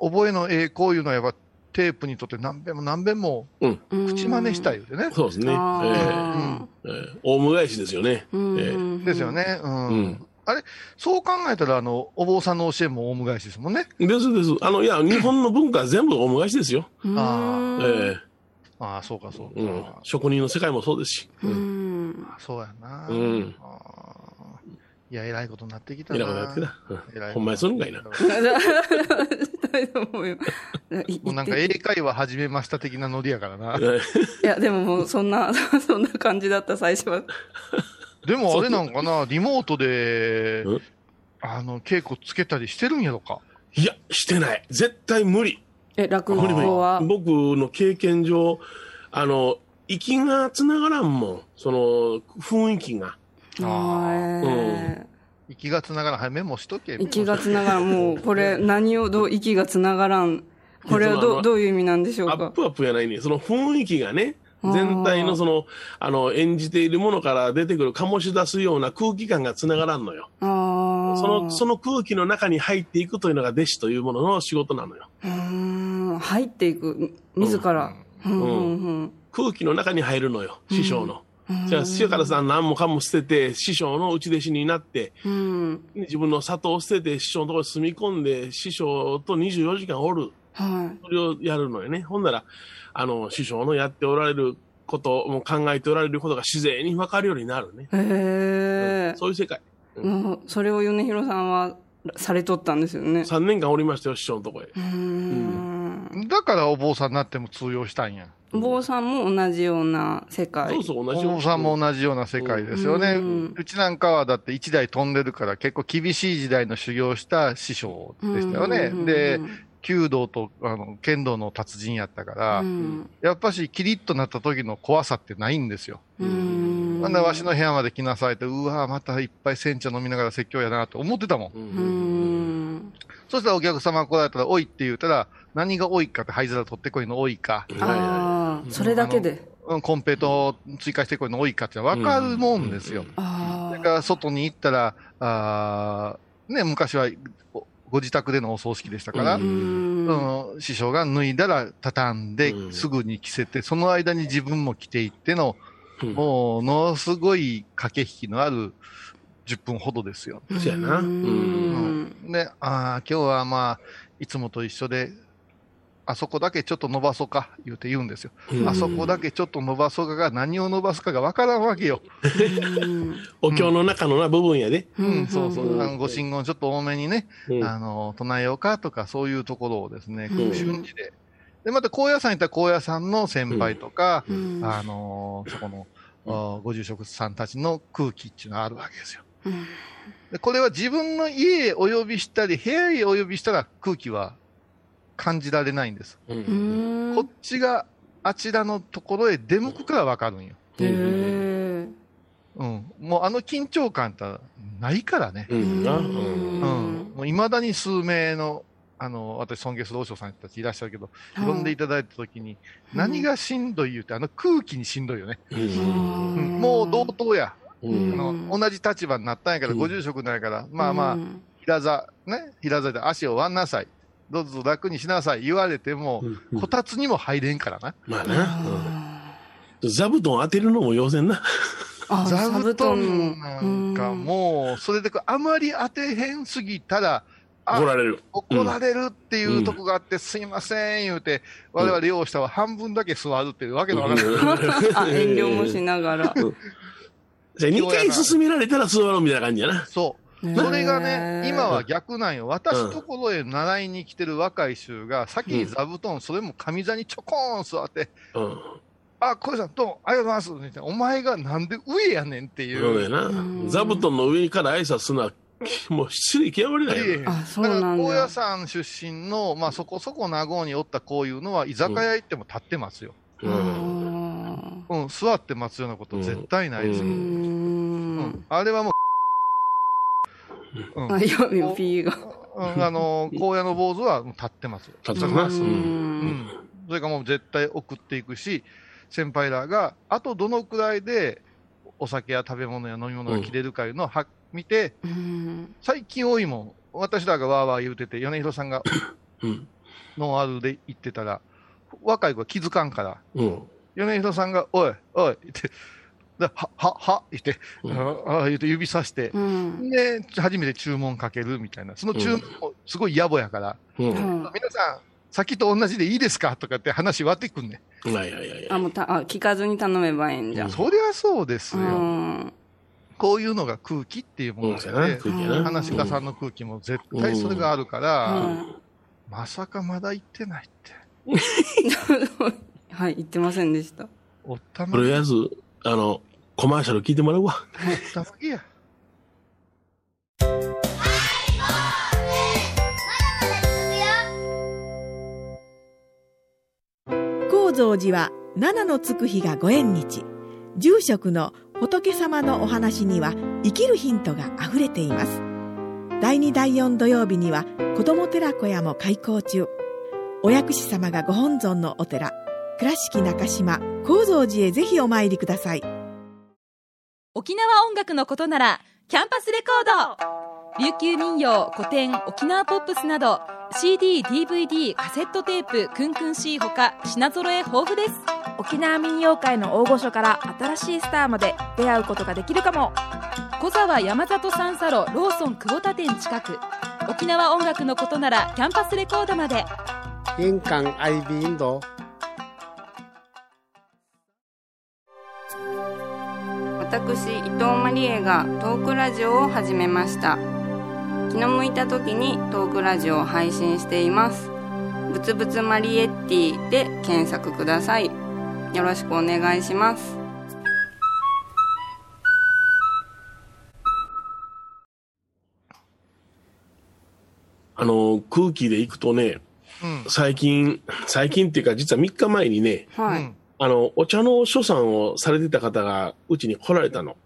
[SPEAKER 4] 覚えの栄光いうのはやっぱテープにとって何遍も何遍も口真似したいよね。
[SPEAKER 3] そうですね。えー
[SPEAKER 2] あ
[SPEAKER 3] えーオウム返しですよね。
[SPEAKER 2] ーうんうん
[SPEAKER 4] ですよね。うん。
[SPEAKER 3] うん
[SPEAKER 4] あれ、そう考えたら、あの、お坊さんの教えもオウム返しですもんね。
[SPEAKER 3] ですです。あの、いや、日本の文化は全部オウム返しですよ。
[SPEAKER 2] うん
[SPEAKER 4] あ
[SPEAKER 3] えー
[SPEAKER 4] ああ、そうかそうか。
[SPEAKER 3] うん職人の世界もそうですし。
[SPEAKER 2] うん
[SPEAKER 4] そうやな。
[SPEAKER 3] うん
[SPEAKER 4] あーいや、偉いことになってきた
[SPEAKER 3] え
[SPEAKER 4] な。
[SPEAKER 3] らことやってた。
[SPEAKER 4] 偉い
[SPEAKER 3] ほんまにするんかいな。
[SPEAKER 2] したいと思うよ。い
[SPEAKER 4] もうなんか英会話始めました的なノリやから な。
[SPEAKER 2] いや、でももうそんな、そんな感じだった最初は。
[SPEAKER 4] でもあれなんかな、リモートで
[SPEAKER 3] うん、
[SPEAKER 4] あの、稽古つけたりしてるんやろか。
[SPEAKER 3] いや、してない。絶対無理。
[SPEAKER 2] え、落
[SPEAKER 4] 無理無理
[SPEAKER 2] 語は。
[SPEAKER 3] 僕の経験上、あの、息がつながらんもん。その、雰囲気が。
[SPEAKER 2] あ
[SPEAKER 4] あ
[SPEAKER 2] ー
[SPEAKER 4] 息がつながら、はい、メモしとけ。
[SPEAKER 2] 息がつながらん、もうこれ何をどう、息がつながらん。これは
[SPEAKER 3] そうあ
[SPEAKER 2] ど
[SPEAKER 3] の
[SPEAKER 2] う、どういう意味なんでしょ
[SPEAKER 3] ア
[SPEAKER 2] う
[SPEAKER 3] ッ
[SPEAKER 2] か。
[SPEAKER 3] プアップやないね。その雰囲気がね、
[SPEAKER 2] あー
[SPEAKER 3] 全体のその、あの、演じているものから出てくる、醸し出すような空気感がつながらんのよ。
[SPEAKER 2] ああ。
[SPEAKER 3] その、その空気の中に入っていくというのが弟子というものの仕事なのよ。
[SPEAKER 2] うーん入っていく、み自ら。うんうんうん
[SPEAKER 3] 空気の中に入るのよ、師匠の。じゃあ、師匠からさ、何もかも捨てて、師匠の内弟子になって、
[SPEAKER 2] うん。
[SPEAKER 3] 自分の里を捨てて、師匠のところに住み込んで、師匠と24時間おる。
[SPEAKER 2] はい。
[SPEAKER 3] それをやるのよね。ほんなら、あの、師匠のやっておられること、もう考えておられることが自然に分かるようになるね。
[SPEAKER 2] へえ。
[SPEAKER 3] そういう世界。
[SPEAKER 2] もうそれを米広さんはされとったんですよね。
[SPEAKER 3] 3年間おりましたよ、師匠のとこへ。
[SPEAKER 2] うーん。
[SPEAKER 4] だからお坊さんになっても通用したんや。
[SPEAKER 2] お坊さんも同じような世界。
[SPEAKER 3] そうそう、同
[SPEAKER 4] お
[SPEAKER 3] じように
[SPEAKER 4] 坊さんも同じような世界ですよね。
[SPEAKER 2] うん
[SPEAKER 4] うちなんかはだって一代飛んでるから結構厳しい時代の修行した師匠でしたよね。
[SPEAKER 2] うんうんうん
[SPEAKER 4] で、弓道とあの剣道の達人やったから、
[SPEAKER 2] うん
[SPEAKER 4] やっぱしキリッとなった時の怖さってないんですよ。
[SPEAKER 2] うん
[SPEAKER 4] なんでわしの部屋まで来なさいって、うわぁ、またいっぱい煎茶飲みながら説教やなと思ってたもん。
[SPEAKER 3] うん
[SPEAKER 2] うーん。
[SPEAKER 4] そしたらお客様が来られたら、おいって言ったら、何が多いかって灰皿取ってこいの多いか、
[SPEAKER 3] はいはい
[SPEAKER 2] ああ、それだけで。
[SPEAKER 4] うんコンペイト追加してこいの多いかってわかるもんですよ。
[SPEAKER 2] あ
[SPEAKER 4] だ
[SPEAKER 2] あ。
[SPEAKER 4] から外に行ったら、あーね、昔はごご自宅でのお葬式でしたから、
[SPEAKER 3] う
[SPEAKER 2] うーん。
[SPEAKER 4] うん師匠が脱いだら畳んで、
[SPEAKER 3] うん
[SPEAKER 4] すぐに着せて、その間に自分も着ていっての、
[SPEAKER 3] うん
[SPEAKER 4] もう、ものすごい駆け引きのある10分ほどですよ。
[SPEAKER 3] そうやな。う。
[SPEAKER 4] うん
[SPEAKER 2] ん
[SPEAKER 4] ん、で、ああ、今日はまあ、いつもと一緒で、あそこだけちょっと伸ばそうか、言うて言うんですよ。
[SPEAKER 3] うん
[SPEAKER 4] あそこだけちょっと伸ばそうかが何を伸ばすかがわからんわけよ。
[SPEAKER 3] お経の中のな部分やで。
[SPEAKER 4] うん、そうそうう。
[SPEAKER 3] ん
[SPEAKER 4] あの、ご神言ちょっと多めにね、
[SPEAKER 3] うん
[SPEAKER 4] あの、唱えようかとか、そういうところをですね、
[SPEAKER 2] うん
[SPEAKER 4] 瞬時で。で、また高野山行ったら高野山の先輩とか、
[SPEAKER 2] うん
[SPEAKER 4] あのーそこの、あーご住職さんたちの空気っていうのがあるわけですよ。
[SPEAKER 2] うん
[SPEAKER 4] でこれは自分の家へお呼びしたり、部屋へお呼びしたら空気は感じられないんです。
[SPEAKER 3] う。
[SPEAKER 2] うんん
[SPEAKER 4] こっちがあちらのところへ出向くからわかるんよ。
[SPEAKER 2] へえ。
[SPEAKER 4] うん。もうあの緊張感ってないからね。
[SPEAKER 3] うん。な。うん
[SPEAKER 4] うん。もう未だに数名の、あの、私尊敬する和尚さんたちいらっしゃるけど、
[SPEAKER 2] はい
[SPEAKER 4] 呼んでいただいた時に、何がしんどい言うて、あの空気にしんどいよね。
[SPEAKER 3] うん
[SPEAKER 4] うんもう同等や。
[SPEAKER 3] うん
[SPEAKER 4] あ
[SPEAKER 2] う
[SPEAKER 4] の
[SPEAKER 2] ん
[SPEAKER 4] 同じ立場になったんやから、
[SPEAKER 3] うん
[SPEAKER 4] ご住職なんやから、まあまあ
[SPEAKER 2] う、ん
[SPEAKER 4] 平座、ね、平座で足を割んなさい。どうぞ楽にしなさい。言われても、
[SPEAKER 3] うん
[SPEAKER 4] こたつにも入れんからな。
[SPEAKER 3] まあな。
[SPEAKER 2] あ
[SPEAKER 3] うん座布団当てるのも要せんな。
[SPEAKER 2] ー
[SPEAKER 4] 座布団
[SPEAKER 2] も
[SPEAKER 4] なんかもう、それでこうあまり当てへんすぎたら、あ
[SPEAKER 3] 怒られる。
[SPEAKER 4] 怒られるっていうとこがあって、すいません、言うて、我々用したは半分だけ座るっていうわけのわからない。
[SPEAKER 2] あ遠慮もしながら。
[SPEAKER 3] じゃあ、2回進められたら座ろうみたいな感じやな。
[SPEAKER 4] そう。
[SPEAKER 2] ね
[SPEAKER 4] それがね、今は逆なんよ。
[SPEAKER 3] う
[SPEAKER 4] 私
[SPEAKER 3] ん
[SPEAKER 4] ところへ習いに来てる若い衆が、先に座布団、それも上座にちょこん座って、
[SPEAKER 3] うん。
[SPEAKER 4] あ、小西さん、どうも、ありがとうございますみたいな。お前がなんで上やねんってい
[SPEAKER 3] そう
[SPEAKER 4] う。
[SPEAKER 3] だよ
[SPEAKER 2] うん
[SPEAKER 3] な。座布団の上から挨拶すな、もう失礼極まりないよ
[SPEAKER 4] で
[SPEAKER 3] ね。
[SPEAKER 2] あそう
[SPEAKER 4] だ
[SPEAKER 2] な
[SPEAKER 4] か
[SPEAKER 2] んだ
[SPEAKER 4] ら、高野山出身の、まあ、そこそこ名護におったこういうのは、居酒屋行っても立ってますよ。
[SPEAKER 2] う
[SPEAKER 3] うん。
[SPEAKER 2] ん
[SPEAKER 4] うん、座ってますようなこと絶対ないです
[SPEAKER 2] う
[SPEAKER 4] よ。うん
[SPEAKER 2] ん
[SPEAKER 4] あれはもう、うん
[SPEAKER 2] あ読みも P が
[SPEAKER 4] うんあの、高野の坊主はもう立ってますよ。
[SPEAKER 3] 立つ
[SPEAKER 2] う
[SPEAKER 3] わな。うん。
[SPEAKER 2] ん
[SPEAKER 4] それがもう絶対送っていくし、先輩らがあとどのくらいでお酒や食べ物や飲み物が切れるかいうのをは、見て、
[SPEAKER 2] うん
[SPEAKER 4] 最近多いもん、私らがわーわー言うてて、米広さんが
[SPEAKER 3] うん。
[SPEAKER 4] ノンアルで言ってたら、若い子は気づかんから、
[SPEAKER 3] うん。
[SPEAKER 4] 米広さんが、おい、おい、って、だは、は、は、言って、
[SPEAKER 3] うん
[SPEAKER 4] ああ、言って指さして、
[SPEAKER 2] うん
[SPEAKER 4] で、初めて注文かけるみたいな、その注文もすごい野暮やから、
[SPEAKER 3] うん。
[SPEAKER 4] 皆さん、さっきと同じでいいですかとかって話割ってくんねん。
[SPEAKER 3] いやいやいやい
[SPEAKER 2] あ
[SPEAKER 3] や。
[SPEAKER 2] もうたあ聞かずに頼めばええんじゃん
[SPEAKER 4] そりゃそうです
[SPEAKER 2] う
[SPEAKER 4] よ。
[SPEAKER 2] ん
[SPEAKER 4] こういうのが空気っていうもので、
[SPEAKER 3] うんそうやな空
[SPEAKER 2] 気やな
[SPEAKER 4] 話し家さんの空気も絶対それがあるから、まさかまだ行ってないって。
[SPEAKER 2] はい言ってませんでした
[SPEAKER 4] おったま
[SPEAKER 3] と
[SPEAKER 4] げ、
[SPEAKER 3] り
[SPEAKER 4] おっ
[SPEAKER 3] あえず、あの、コマーシャル聞いてもらうわ。
[SPEAKER 4] たまげや。
[SPEAKER 1] 高蔵寺は七のつく日がご縁日住職の仏様のお話には生きるヒントがあふれています第2第4土曜日には子ども寺小屋も開校中お薬師様がご本尊のお寺倉敷中島・高蔵寺へぜひお参りください
[SPEAKER 5] 沖縄音楽のことならキャンパスレコード琉球民謡古典沖縄ポップスなど CDDVD カセットテープクンクン C ほか品揃え豊富です
[SPEAKER 6] 沖縄民謡界の大御所から新しいスターまで出会うことができるかも
[SPEAKER 5] 小沢山里三佐路ローソン久保田店近く沖縄音楽のことならキャンパスレコードまで
[SPEAKER 7] 玄関アイビーインド
[SPEAKER 2] 私伊藤マリエがトークラジオを始めました気の向いた時にトークラジオを配信していますぶつぶつマリエッティで検索くださいよろしくお願いします
[SPEAKER 3] あの、空気で行くとね、
[SPEAKER 4] うん。
[SPEAKER 3] 最近、最近っていうか、実は3日前にね、
[SPEAKER 2] は
[SPEAKER 4] う
[SPEAKER 2] い、
[SPEAKER 4] ん
[SPEAKER 3] あの、お茶の所さんをされてた方が、うちに来られた
[SPEAKER 2] う
[SPEAKER 3] の。
[SPEAKER 2] ん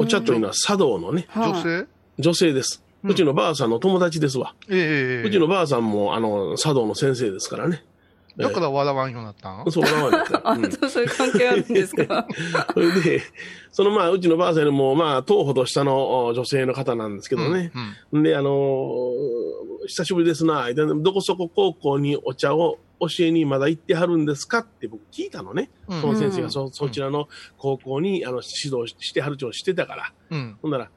[SPEAKER 3] お茶というのは茶道のね、
[SPEAKER 2] はい
[SPEAKER 4] 女性
[SPEAKER 3] 女性です。
[SPEAKER 4] うん
[SPEAKER 3] うちのばあさんの友達ですわ。
[SPEAKER 4] ええ
[SPEAKER 3] うちのばあさんも、あの、茶道の先生ですからね。
[SPEAKER 4] だから笑わんようになったん
[SPEAKER 3] そう、名前だった。
[SPEAKER 2] あ、
[SPEAKER 3] うん
[SPEAKER 2] そうそういう関係あるんです か
[SPEAKER 3] それで、そのまあ、うちのばあさんよりも、まあ、党ほど下のお女性の方なんですけどね。
[SPEAKER 4] うん
[SPEAKER 3] で、あのー久しぶりですな、でどこそこ高校にお茶を教えにまだ行ってはるんですかって僕聞いたのね。
[SPEAKER 4] うん
[SPEAKER 3] その先生
[SPEAKER 2] うん
[SPEAKER 3] がそ、そちらの高校に、あの、指導してはるちをしてたから。
[SPEAKER 4] うん
[SPEAKER 3] ほんなら、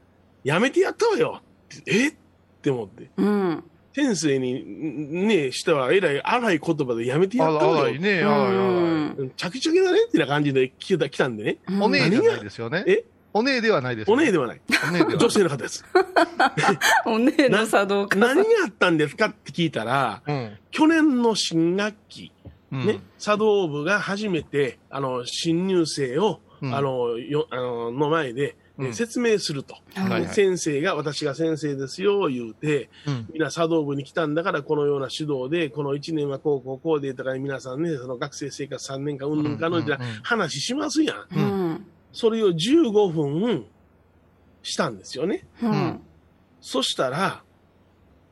[SPEAKER 3] やめてやったわよってえって思って。
[SPEAKER 2] うん
[SPEAKER 3] 先生に、んね、したはえらい荒い言葉でやめて
[SPEAKER 4] あ
[SPEAKER 3] やった
[SPEAKER 4] ら、あ
[SPEAKER 3] わ
[SPEAKER 4] ら
[SPEAKER 3] よ
[SPEAKER 4] い。ね、
[SPEAKER 2] う
[SPEAKER 4] あらい、あ
[SPEAKER 2] ん
[SPEAKER 3] うんちゃきちゃきだねってな感じで来た来たんでね。
[SPEAKER 2] うん
[SPEAKER 4] らい。お姉じゃないですよね。
[SPEAKER 3] え
[SPEAKER 4] お姉ではないです、
[SPEAKER 3] お姉
[SPEAKER 4] で。
[SPEAKER 3] ではない。
[SPEAKER 4] お姉ではない
[SPEAKER 3] 女性の方です。
[SPEAKER 2] お姉の茶道家
[SPEAKER 3] 何があったんですかって聞いたら、
[SPEAKER 4] うん。
[SPEAKER 3] 去年の新学期、
[SPEAKER 4] うん。
[SPEAKER 3] ね、茶道部が初めて、あの、新入生を、
[SPEAKER 4] うん
[SPEAKER 3] あの、よ、あの、の前で、
[SPEAKER 4] うん
[SPEAKER 3] 説明すると。
[SPEAKER 4] はいはい
[SPEAKER 3] で先生が、私が先生ですよ、言うて、
[SPEAKER 4] うん。
[SPEAKER 3] みんな茶道部に来たんだから、このような指導で、この1年はこう、こう、こうで、とか、皆さんね、その学生生活3年間、うんぬんかのんじゃ
[SPEAKER 4] うんうんうん、
[SPEAKER 3] 話しますやん。
[SPEAKER 2] う
[SPEAKER 4] うん
[SPEAKER 3] それを15分、したんですよね。
[SPEAKER 2] うん
[SPEAKER 4] うん
[SPEAKER 3] そしたら、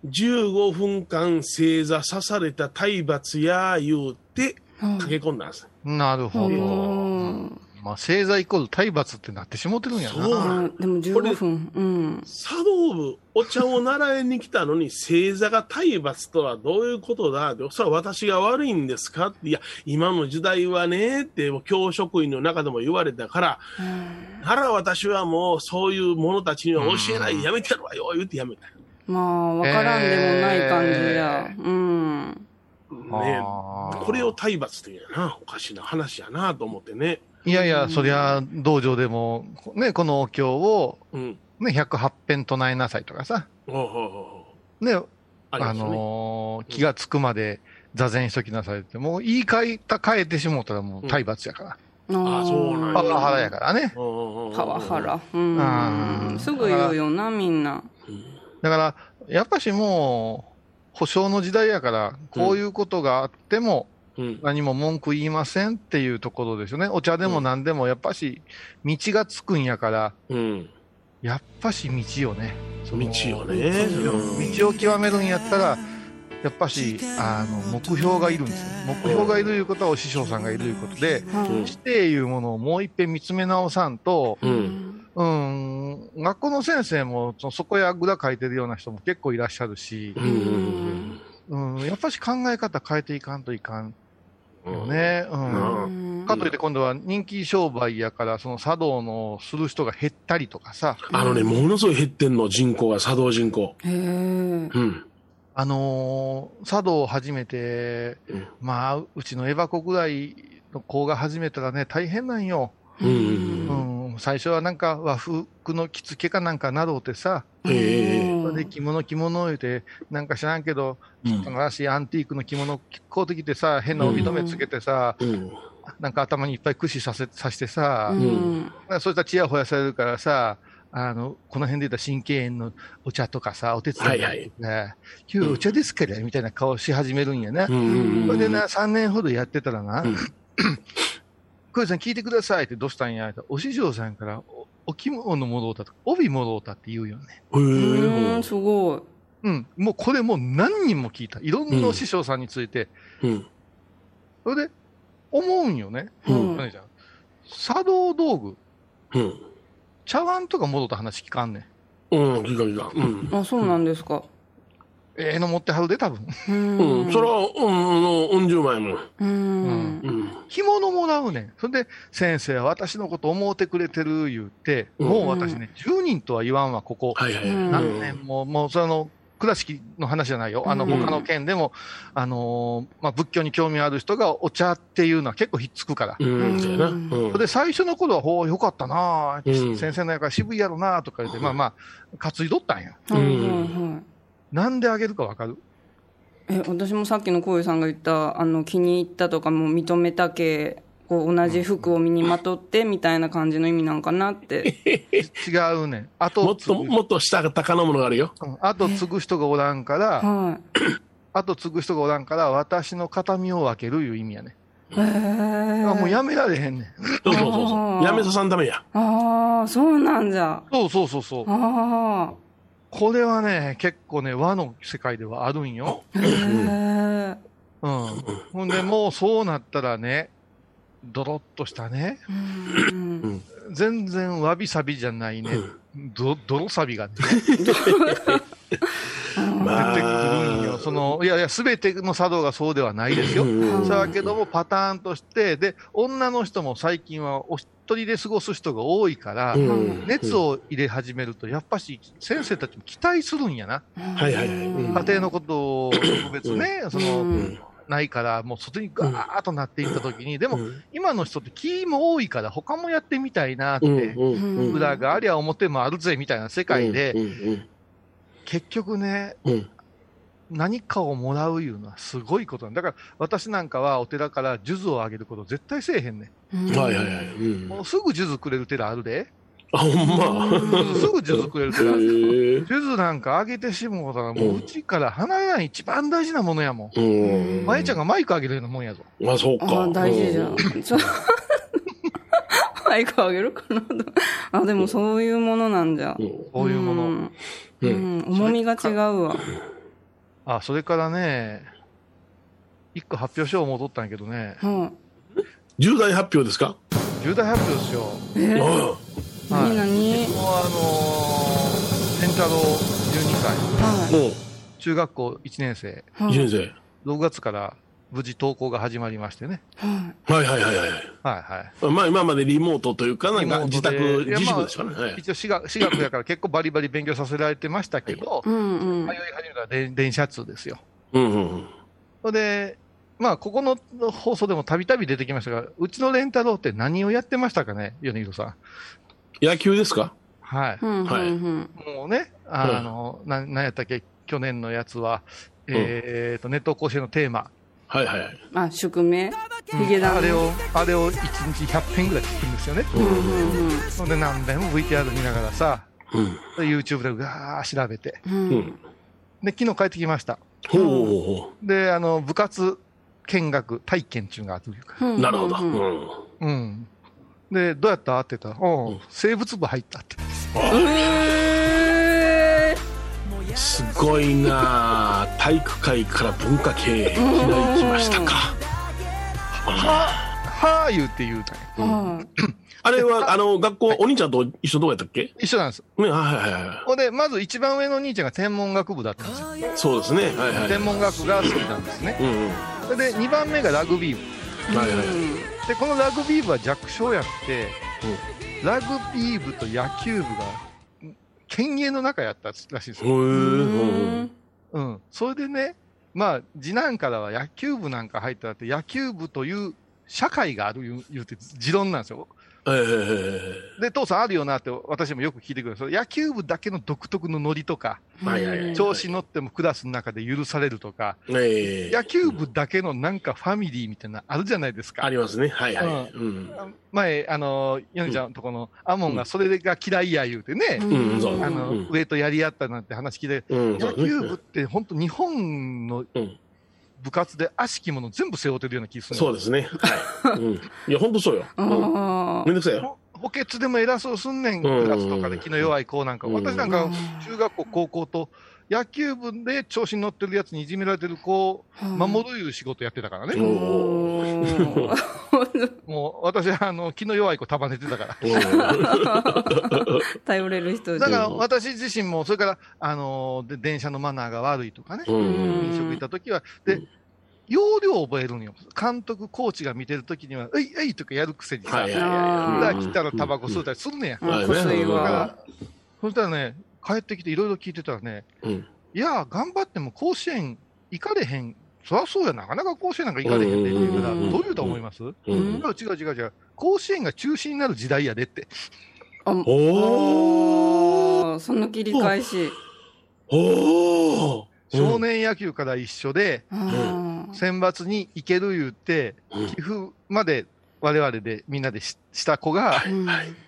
[SPEAKER 3] 15分間正座さされた体罰や言うて
[SPEAKER 2] うん
[SPEAKER 3] 駆け込んだんです。
[SPEAKER 4] なるほ
[SPEAKER 2] う
[SPEAKER 4] ど。
[SPEAKER 2] ん
[SPEAKER 4] まあ、正座イコール体罰ってなってしもてるんやな。
[SPEAKER 3] そう
[SPEAKER 2] うんでも15分うん
[SPEAKER 3] 茶道部、お茶を習いに来たのに正座が体罰とはどういうことだで、それは私が悪いんですかっていや、今の時代はね、って教職員の中でも言われたから、なら私はもうそういう者たちには教えな
[SPEAKER 4] うん
[SPEAKER 3] い、やめてやるわよ、言うてやめた。
[SPEAKER 2] まあわからんでもない感じやうん
[SPEAKER 3] ね
[SPEAKER 4] あー
[SPEAKER 3] これを体罰って言うんやな、おかしな話やなと思ってね。
[SPEAKER 4] いやいや、そりゃ、道場でも、ね、このお経を、
[SPEAKER 3] うん。
[SPEAKER 4] ね、108遍唱えなさいとかさ、
[SPEAKER 3] ほうほうほうほう
[SPEAKER 4] ね、
[SPEAKER 3] あり
[SPEAKER 4] あ
[SPEAKER 3] ますよね
[SPEAKER 4] のー気がつくまで座禅しときなさいって、もう言い換えた、変えてしもうたらもう体罰やから。
[SPEAKER 3] あそうなん
[SPEAKER 4] パ
[SPEAKER 3] や
[SPEAKER 4] ワハラやからね。
[SPEAKER 3] うんうんうんうん
[SPEAKER 2] パワハラ。う
[SPEAKER 4] うん
[SPEAKER 2] ん。すぐ言うよな、みんな。
[SPEAKER 4] だから、やっぱしもう、保証の時代やから、こういうことがあっても、
[SPEAKER 3] うん
[SPEAKER 4] 何も文句言いませんっていうところですよね。お茶でも何でも、やっぱし、道がつくんやから、
[SPEAKER 3] うん
[SPEAKER 4] やっぱし道よね。
[SPEAKER 3] 道よねうん
[SPEAKER 4] 道を極めるんやったら、やっぱし、あの、目標がいるんですよ。目標がいるいうことは、お師匠さんがいるいうことで、
[SPEAKER 2] はい
[SPEAKER 4] 師弟いうものをもう一遍見つめ直さんと、
[SPEAKER 3] うん
[SPEAKER 4] うん、学校の先生も、そそこやぐら書いてるような人も結構いらっしゃるし
[SPEAKER 3] う、んうん
[SPEAKER 4] うん、やっぱし考え方変えていかんといかん
[SPEAKER 3] うん
[SPEAKER 4] よね。う。
[SPEAKER 3] うん
[SPEAKER 2] うん
[SPEAKER 4] かといって今度は人気商売やから、その茶道のする人が減ったりとかさ、
[SPEAKER 3] あのね、ものすごい減ってんの、人口が、作動人口。
[SPEAKER 2] へえ。
[SPEAKER 3] うん。
[SPEAKER 4] あのー茶道を始めて、
[SPEAKER 3] うん
[SPEAKER 4] まあ、うちのエバ子ぐらいの子が始めたらね、大変なんよ。
[SPEAKER 3] うんうんうん。
[SPEAKER 4] うん、最初はなんか和服の着付けかなんかなどってさ、
[SPEAKER 3] ええ。
[SPEAKER 4] それで着物着物言うて、なんか知らんけど、
[SPEAKER 3] うん
[SPEAKER 4] 新しいアンティークの着物買うてきてさ、変な帯留めつけてさ、
[SPEAKER 3] うん。
[SPEAKER 4] なんか頭にいっぱい櫛させさしてさ、
[SPEAKER 2] うん
[SPEAKER 4] そういったちやほやされるからさ、あの、この辺で言ったら神経炎のお茶とかさ、お手伝いとかね、
[SPEAKER 3] はい
[SPEAKER 4] 今日お茶ですから、みたいな顔し始めるんやね
[SPEAKER 3] う。ん
[SPEAKER 4] そ
[SPEAKER 3] うん
[SPEAKER 4] れでな、3年ほどやってたらな、
[SPEAKER 3] う
[SPEAKER 4] ク
[SPEAKER 3] ん
[SPEAKER 4] ヨさん聞いてくださいってどうしたんや、ってお師匠さんからお、お着物戻ったとか、帯戻ったって言うよね。
[SPEAKER 2] う
[SPEAKER 3] うん
[SPEAKER 2] ん、すごい。
[SPEAKER 4] うん。もうこれもう何人も聞いた。いろんなお師匠さんについて、
[SPEAKER 3] うん。
[SPEAKER 4] それで、思うんよね。
[SPEAKER 3] う
[SPEAKER 2] うん
[SPEAKER 3] ん。
[SPEAKER 4] 何じゃん。茶道道具、
[SPEAKER 3] うん。
[SPEAKER 4] 茶碗とか戻った話聞かんねん。
[SPEAKER 3] うん、ギガギガ。うん。
[SPEAKER 2] あ、そうなんですか。
[SPEAKER 4] ええの持ってはるで、多分。
[SPEAKER 2] う
[SPEAKER 3] うんん。それは、うん、うん、うん、十枚も。
[SPEAKER 2] うん。
[SPEAKER 3] うん。
[SPEAKER 4] 着物もらうねん。それで、先生は私のこと思うてくれてる言うて、もう私ね、10人とは言わんわ、ここ。
[SPEAKER 3] はいはい。
[SPEAKER 4] 何年も、もうその、倉敷の話じゃないよ。あの、
[SPEAKER 2] うん
[SPEAKER 4] 他の県でも、あのーまあ、仏教に興味ある人がお茶っていうのは結構ひっつくから。
[SPEAKER 3] うん、そうやな。うん。
[SPEAKER 4] それで、最初の頃は、ほう、よかったなぁ、
[SPEAKER 3] うん
[SPEAKER 4] 先生のやから渋いやろなぁとか言って、まあまあ、担いどったんや。
[SPEAKER 2] はいはいはい。
[SPEAKER 4] なんであげるかわかる
[SPEAKER 2] え私もさっきのこういうさんが言ったあの気に入ったとかもう認めたけこう同じ服を身にまとってみたいな感じの意味なんかなって
[SPEAKER 4] 違うねん。あ
[SPEAKER 3] も
[SPEAKER 4] と
[SPEAKER 3] っ
[SPEAKER 4] 継ぐ
[SPEAKER 3] と、もっと下が高のものがあるよ。
[SPEAKER 4] うんあと継ぐ人がおらんから、
[SPEAKER 2] は
[SPEAKER 4] あと継ぐ人がおらんから、私の形見を分けるいう意味やね。
[SPEAKER 2] いへえ
[SPEAKER 4] あもうやめられへんねん。
[SPEAKER 3] そうそうそう
[SPEAKER 2] あ
[SPEAKER 3] そ
[SPEAKER 2] ー
[SPEAKER 3] う。やめささんためや。
[SPEAKER 2] ああそうなんじゃ
[SPEAKER 4] そうそうそうそう。
[SPEAKER 2] あ
[SPEAKER 4] これはね、結構ね、和の世界ではあるんよ。
[SPEAKER 2] あへえ
[SPEAKER 4] うん。ほんで、もうそうなったらね、ドロッとしたね、
[SPEAKER 2] うん
[SPEAKER 4] 全然わびさびじゃないね、ど、泥さびがね、出てくるんよ。その、いやいや、すべての茶道がそうではないですよ。
[SPEAKER 3] うん
[SPEAKER 4] だけども、パターンとして、で、女の人も最近はお一人で過ごす人が多いから、
[SPEAKER 3] うん
[SPEAKER 4] 熱。を入れ始めると、やっぱし先生たちも期待するんやな。
[SPEAKER 3] はいはいはい。うん
[SPEAKER 4] 家庭のことを特別ね、その、
[SPEAKER 2] うん
[SPEAKER 4] ないから、もう外にガーッとなっていったときに、で
[SPEAKER 3] う
[SPEAKER 4] も
[SPEAKER 3] ん
[SPEAKER 4] 今の人って気も多いから、他もやってみたいなって、
[SPEAKER 3] うんうん。
[SPEAKER 4] 裏がありゃ表もあるぜみたいな世界で、
[SPEAKER 3] うんうん
[SPEAKER 4] 結局ね、
[SPEAKER 3] うん
[SPEAKER 4] 何かをもらういうのはすごいことなんだだから私なんかはお寺から数珠をあげること絶対せえへんね
[SPEAKER 3] うん。はいはいはい。うん
[SPEAKER 4] ん。もうすぐ数珠くれる寺あるで。
[SPEAKER 3] あ、ほんま。
[SPEAKER 4] すぐ数珠くれる
[SPEAKER 3] へ
[SPEAKER 4] 寺ある。
[SPEAKER 3] え。
[SPEAKER 4] 数珠なんかあげてしもうたら、もううちから離れない一番大事なものやもん。
[SPEAKER 3] うん。
[SPEAKER 4] まえちゃんがマイクあげるようなもんやぞ。
[SPEAKER 3] まあ、そう
[SPEAKER 2] あ
[SPEAKER 3] か
[SPEAKER 2] ー。大事じゃんそうマイクあげるかなとあでもそういうものなんじゃ
[SPEAKER 3] うん。
[SPEAKER 4] こういうもの。
[SPEAKER 2] ん
[SPEAKER 3] う
[SPEAKER 2] うん、重みが違うわ。
[SPEAKER 4] あ、それからね、一個発表書を戻ったんやけどね、
[SPEAKER 2] うん。
[SPEAKER 3] 重大発表ですか
[SPEAKER 4] 重大発表ですよ。
[SPEAKER 3] うん。
[SPEAKER 2] え、
[SPEAKER 3] は。
[SPEAKER 2] 何
[SPEAKER 4] もう
[SPEAKER 2] 何
[SPEAKER 4] あのー、天太郎12歳、
[SPEAKER 2] はい。
[SPEAKER 4] 中学校1年生、
[SPEAKER 2] はいい。
[SPEAKER 3] 先生。
[SPEAKER 4] 6月から無事登校が始まりましてね。
[SPEAKER 2] は
[SPEAKER 3] はいはいはいはい。
[SPEAKER 4] はいはい。
[SPEAKER 3] まあ、今までリモートというか、なんか
[SPEAKER 4] リモ
[SPEAKER 3] 自
[SPEAKER 4] ートで
[SPEAKER 3] 宅、自粛でしたね。はい。
[SPEAKER 4] 一応私学、私学やから結構バリバリ勉強させられてましたけど、
[SPEAKER 2] い。うんうん
[SPEAKER 4] 通い。始めたらで電車通ですよ。
[SPEAKER 3] うんうん
[SPEAKER 4] それで、まあ、ここの放送でもたびたび出てきましたが、うちのレンタローって何をやってましたかね、米広さん。
[SPEAKER 3] うん。野球ですか
[SPEAKER 4] はい。
[SPEAKER 2] うん
[SPEAKER 3] はい
[SPEAKER 2] うん
[SPEAKER 4] もうね、あの、ななんやったっけ、去年のやつは、えーと、ネット甲子園のテーマ、
[SPEAKER 3] はいはいはい。
[SPEAKER 2] うんあ宿命ヒゲダン
[SPEAKER 4] あれを、あれを1日100編ぐらい聞くんですよね。
[SPEAKER 2] うんうん
[SPEAKER 4] ほんで何遍も VTR 見ながらさ、
[SPEAKER 3] うん。
[SPEAKER 4] YouTube でうわー調べて。
[SPEAKER 2] うんう
[SPEAKER 3] うんん
[SPEAKER 4] で、昨日帰ってきました。
[SPEAKER 3] ほうほ
[SPEAKER 4] で、あの、部活見学体験中があるというか
[SPEAKER 2] う。
[SPEAKER 3] うほ
[SPEAKER 2] ん
[SPEAKER 3] う。なるほど。
[SPEAKER 2] う
[SPEAKER 3] うんん。
[SPEAKER 4] うん。で、どうやったって言ったら、う
[SPEAKER 3] うんん、
[SPEAKER 4] 生物部入ったって。
[SPEAKER 2] え
[SPEAKER 3] すごいなあ体育会から文化系へいきなり来ましたか。
[SPEAKER 4] はー言うて言うたんや
[SPEAKER 2] ーはい
[SPEAKER 3] あれは、あの、学校、お兄ちゃんと一緒どうやったっけ
[SPEAKER 4] 一緒なんです。
[SPEAKER 3] ね、はいはいは
[SPEAKER 4] ほんで、まず一番上の兄ちゃんが天文学部だったんですよ。
[SPEAKER 3] い。そうですね。はいはい。
[SPEAKER 4] 天文学が好きなんですね。
[SPEAKER 3] うんうん。は
[SPEAKER 4] で、2番目がラグビー部。
[SPEAKER 3] いはいはい。
[SPEAKER 4] でこのラグビー部は弱小やって、ラグビー部と野球部が県営の中やったらしいんです
[SPEAKER 3] へえ
[SPEAKER 4] よ、
[SPEAKER 3] うん。
[SPEAKER 4] うん、それでね、まあ、次男からは野球部なんか入ったらって、野球部という社会がある言う言うて、持論なんですよ。
[SPEAKER 3] ええ
[SPEAKER 4] で、父さんあるよなって、私もよく聞いてくるそれ野球部だけの独特のノリとか、
[SPEAKER 3] はいはいはい。
[SPEAKER 4] 調子乗ってもクラスの中で許されるとか、
[SPEAKER 3] ええ
[SPEAKER 4] 野球部だけのなんかファミリーみたいなのあるじゃないですか
[SPEAKER 3] あ。りますね。はいはい。うん。
[SPEAKER 4] 前、あの、ヨネちゃんのとこのアモンがそれが嫌いや言うてね、
[SPEAKER 3] うん、そう。
[SPEAKER 4] あの、
[SPEAKER 3] うん
[SPEAKER 4] 上とやり合ったなんて話聞いて、
[SPEAKER 3] うん、そ
[SPEAKER 4] 野
[SPEAKER 3] うです
[SPEAKER 4] 球部っ
[SPEAKER 3] ね。
[SPEAKER 4] て本当日本の
[SPEAKER 3] うん
[SPEAKER 4] 部活で悪しきもの全部背負ってるような気がする。
[SPEAKER 3] そうですね。はい。うん。いや、ほんとそうよ。
[SPEAKER 2] う
[SPEAKER 3] うん
[SPEAKER 2] ん
[SPEAKER 3] めんどくさいよ。
[SPEAKER 4] ほ補欠でも偉そうすんねん、
[SPEAKER 3] うん
[SPEAKER 4] クラスとかで気の弱い子なんか。
[SPEAKER 3] うん
[SPEAKER 4] 私なんか、中学校、高校と、野球部で調子に乗ってるやつにいじめられてる子を守るいう仕事やってたからね。
[SPEAKER 3] うん
[SPEAKER 2] おー
[SPEAKER 4] もう、私は、あの、気の弱い子束ねてたから。
[SPEAKER 2] 頼れる人
[SPEAKER 4] だから、
[SPEAKER 3] うん
[SPEAKER 4] 私自身も、それから、あの、で電車のマナーが悪いとかね。
[SPEAKER 3] うん。うん。
[SPEAKER 4] 飲食行った時は、
[SPEAKER 3] う
[SPEAKER 4] で
[SPEAKER 3] ん、
[SPEAKER 4] 要領を覚えるんよ。監督、コーチが見てる時には、えいえいとかやるくせにさ、
[SPEAKER 3] はいはい
[SPEAKER 4] だか
[SPEAKER 3] は
[SPEAKER 2] あ
[SPEAKER 3] い。
[SPEAKER 4] ら
[SPEAKER 2] ー
[SPEAKER 4] 切ったらタバコ吸うたりすんねや。
[SPEAKER 3] うん
[SPEAKER 2] うん薬
[SPEAKER 4] だか
[SPEAKER 2] は
[SPEAKER 4] ら、そしたらね、帰ってきていろいろ聞いてたらね、
[SPEAKER 3] うん。
[SPEAKER 4] いやー、頑張っても甲子園行かれへん。そりゃそうや、なかなか甲子園なんか行かれへんでって言うから、
[SPEAKER 2] う
[SPEAKER 4] ど
[SPEAKER 2] ん
[SPEAKER 4] ういうと思います、
[SPEAKER 3] う。
[SPEAKER 4] 違うん違う違う違う。甲子園が中止になる時代やでって。
[SPEAKER 2] あ
[SPEAKER 3] おー
[SPEAKER 2] おーその切り返し
[SPEAKER 3] おー
[SPEAKER 4] 少年野球から一緒で、
[SPEAKER 2] あー
[SPEAKER 4] 選抜に行ける言って、
[SPEAKER 3] うん
[SPEAKER 4] 寄付まで我々でみんなでしした子が、
[SPEAKER 2] うん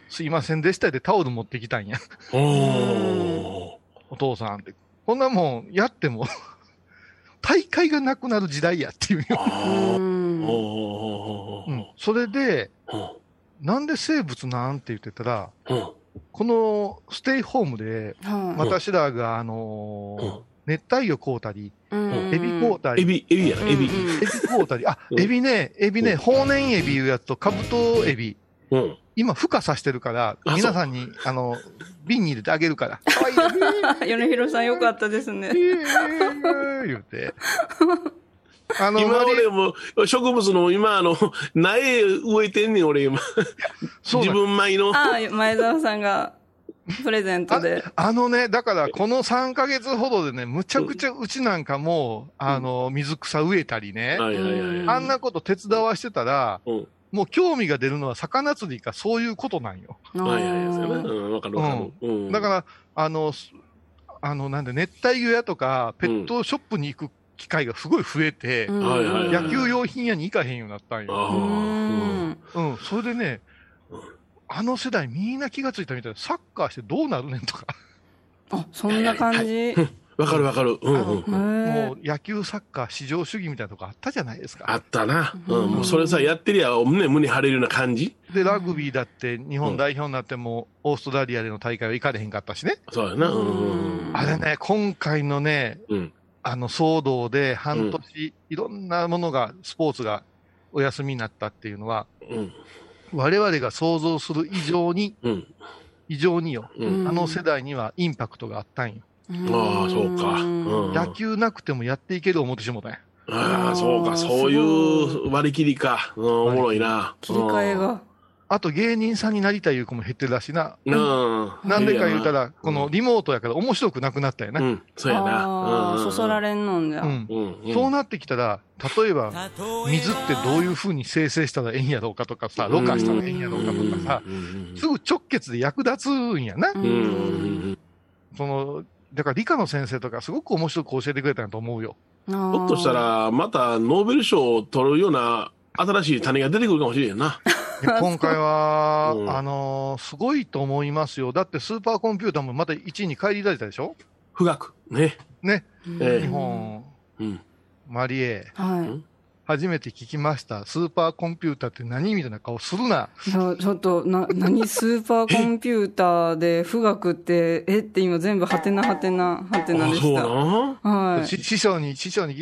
[SPEAKER 4] すいませんでしたでタオル持ってきたんや。
[SPEAKER 3] お
[SPEAKER 4] お父さんって。こんなもんやっても、大会がなくなる時代やっていうよ。
[SPEAKER 3] ー
[SPEAKER 2] うん
[SPEAKER 3] おー
[SPEAKER 4] うんそれで、
[SPEAKER 3] うん
[SPEAKER 4] なんで生物なんて言ってたら、
[SPEAKER 3] うん
[SPEAKER 4] このステイホームで、
[SPEAKER 2] は
[SPEAKER 4] 私らが、あのー
[SPEAKER 3] うん
[SPEAKER 4] 熱帯魚買うたり、
[SPEAKER 2] いうん
[SPEAKER 4] エビ買うたり、
[SPEAKER 3] エ
[SPEAKER 4] エビ
[SPEAKER 3] ビ、エビやな、エビ。
[SPEAKER 2] うん
[SPEAKER 4] 買うたり、あ、
[SPEAKER 3] うん
[SPEAKER 4] エビね、エビね、法年エビいうやつとカブトエビ、
[SPEAKER 3] うん。
[SPEAKER 4] 今、孵化させてるから、
[SPEAKER 3] あそう
[SPEAKER 4] 皆さんに、あの、瓶に入れてあげるから。可愛いね
[SPEAKER 2] 米広さんよかったですね。
[SPEAKER 4] 言うて。あの、
[SPEAKER 3] 今
[SPEAKER 4] 周り
[SPEAKER 3] 俺も植物の今あの 苗植えてんねん俺今
[SPEAKER 4] そう
[SPEAKER 3] 自
[SPEAKER 4] なん
[SPEAKER 3] 分米の
[SPEAKER 2] ああ、前澤さんがプレゼントで。
[SPEAKER 4] あのね、だからこの3ヶ月ほどでね、むちゃくちゃうちなんかもう、あの、水草植えたりね、
[SPEAKER 3] はいはいはい
[SPEAKER 2] うん
[SPEAKER 3] はい
[SPEAKER 4] あんなこと手伝わしてたら、
[SPEAKER 3] うん
[SPEAKER 4] もう興味が出るのは魚釣りかそういうことなんよ。
[SPEAKER 3] はいはいそうやな
[SPEAKER 2] あ
[SPEAKER 3] うんわかるわかるうん
[SPEAKER 4] だから、あの、すあの、なんで、熱帯魚屋とか、ペットショップに行く機会がすごい増えて、
[SPEAKER 2] ー
[SPEAKER 3] はいはい
[SPEAKER 4] 野球用品屋に行かへんようになったんよ。
[SPEAKER 3] あ
[SPEAKER 2] う
[SPEAKER 3] ーうん
[SPEAKER 2] ん
[SPEAKER 4] うん、それでね、あの世代みんな気がついたみたいで、サッカーしてどうなるねんとか、
[SPEAKER 2] あ、そんな感じ。へ
[SPEAKER 3] わかるわかるうんうんうん
[SPEAKER 4] も
[SPEAKER 2] ー
[SPEAKER 4] う野球サッカー至上主義みたいなとこあったじゃないです
[SPEAKER 3] あ
[SPEAKER 4] か。
[SPEAKER 3] ったな
[SPEAKER 2] うん
[SPEAKER 3] うんもうそれさやってりゃ胸胸張れるような感じ
[SPEAKER 4] で、ラグビーだって日本代表になっても、オーストラリアでの大会は行かれへんかったしね。
[SPEAKER 3] そうやなうんうんうん
[SPEAKER 4] あれね、今回のね、
[SPEAKER 3] うん
[SPEAKER 4] あの騒動で半年、いろんなものが、スポーツがお休みになったっていうのは、
[SPEAKER 3] うん
[SPEAKER 4] 我々が想像する以上に、
[SPEAKER 3] うん
[SPEAKER 4] 以上によ、
[SPEAKER 3] う
[SPEAKER 4] あ
[SPEAKER 3] ん
[SPEAKER 4] の世代にはインパクトがあったんよ。
[SPEAKER 3] ああそうかうん
[SPEAKER 4] 野球なくてもやっていける思ってしもたんや。
[SPEAKER 3] ああそうかそういう割り切りかうんおもろいな
[SPEAKER 2] 切り替えが。
[SPEAKER 4] あと芸人さんになりたいいう子も減ってるらしいな。
[SPEAKER 3] なあ
[SPEAKER 4] なんでか言うたら、このリモートやから面白くなくなったよ
[SPEAKER 3] う
[SPEAKER 4] な。
[SPEAKER 3] ん、そうやな。
[SPEAKER 2] あ
[SPEAKER 3] うん
[SPEAKER 2] ーそそられんのんじゃ。
[SPEAKER 4] うん。
[SPEAKER 3] うん、うん
[SPEAKER 4] そうなってきたら、例えば、水ってどういう風に生成したらええんやろうかとかさ、ろ過したらええんやろうかとかさ、
[SPEAKER 3] うん
[SPEAKER 4] すぐ直結で役立つんやな。
[SPEAKER 3] うんうん
[SPEAKER 4] その、だから理科の先生とかすごく面白く教えてくれたんやと思うよ。
[SPEAKER 3] ひ
[SPEAKER 2] ょ
[SPEAKER 3] ょっとした、ら、またノーベル賞を取るような新しい種が出てくるかもしれんな。
[SPEAKER 4] で今回は
[SPEAKER 3] う、ん
[SPEAKER 4] あのーすごいと思いますよ。だってスーパーコンピューターもまた1位に返り出したでしょ
[SPEAKER 3] 富岳。ね。
[SPEAKER 4] ね。
[SPEAKER 3] え
[SPEAKER 4] 日
[SPEAKER 3] え
[SPEAKER 4] 本、
[SPEAKER 3] うん。
[SPEAKER 4] マリエ、
[SPEAKER 2] はい。
[SPEAKER 4] 初めて聞きました。スーパーコンピューターって何みたいな顔するな。
[SPEAKER 2] いやちょっと、な、何、スーパーコンピューターで、富岳って、えって今全部、はてなはてな、はてな
[SPEAKER 3] あ、
[SPEAKER 2] で
[SPEAKER 3] そ
[SPEAKER 2] し
[SPEAKER 3] う
[SPEAKER 2] た。
[SPEAKER 3] な。
[SPEAKER 2] はい。
[SPEAKER 4] し師匠に、師匠に、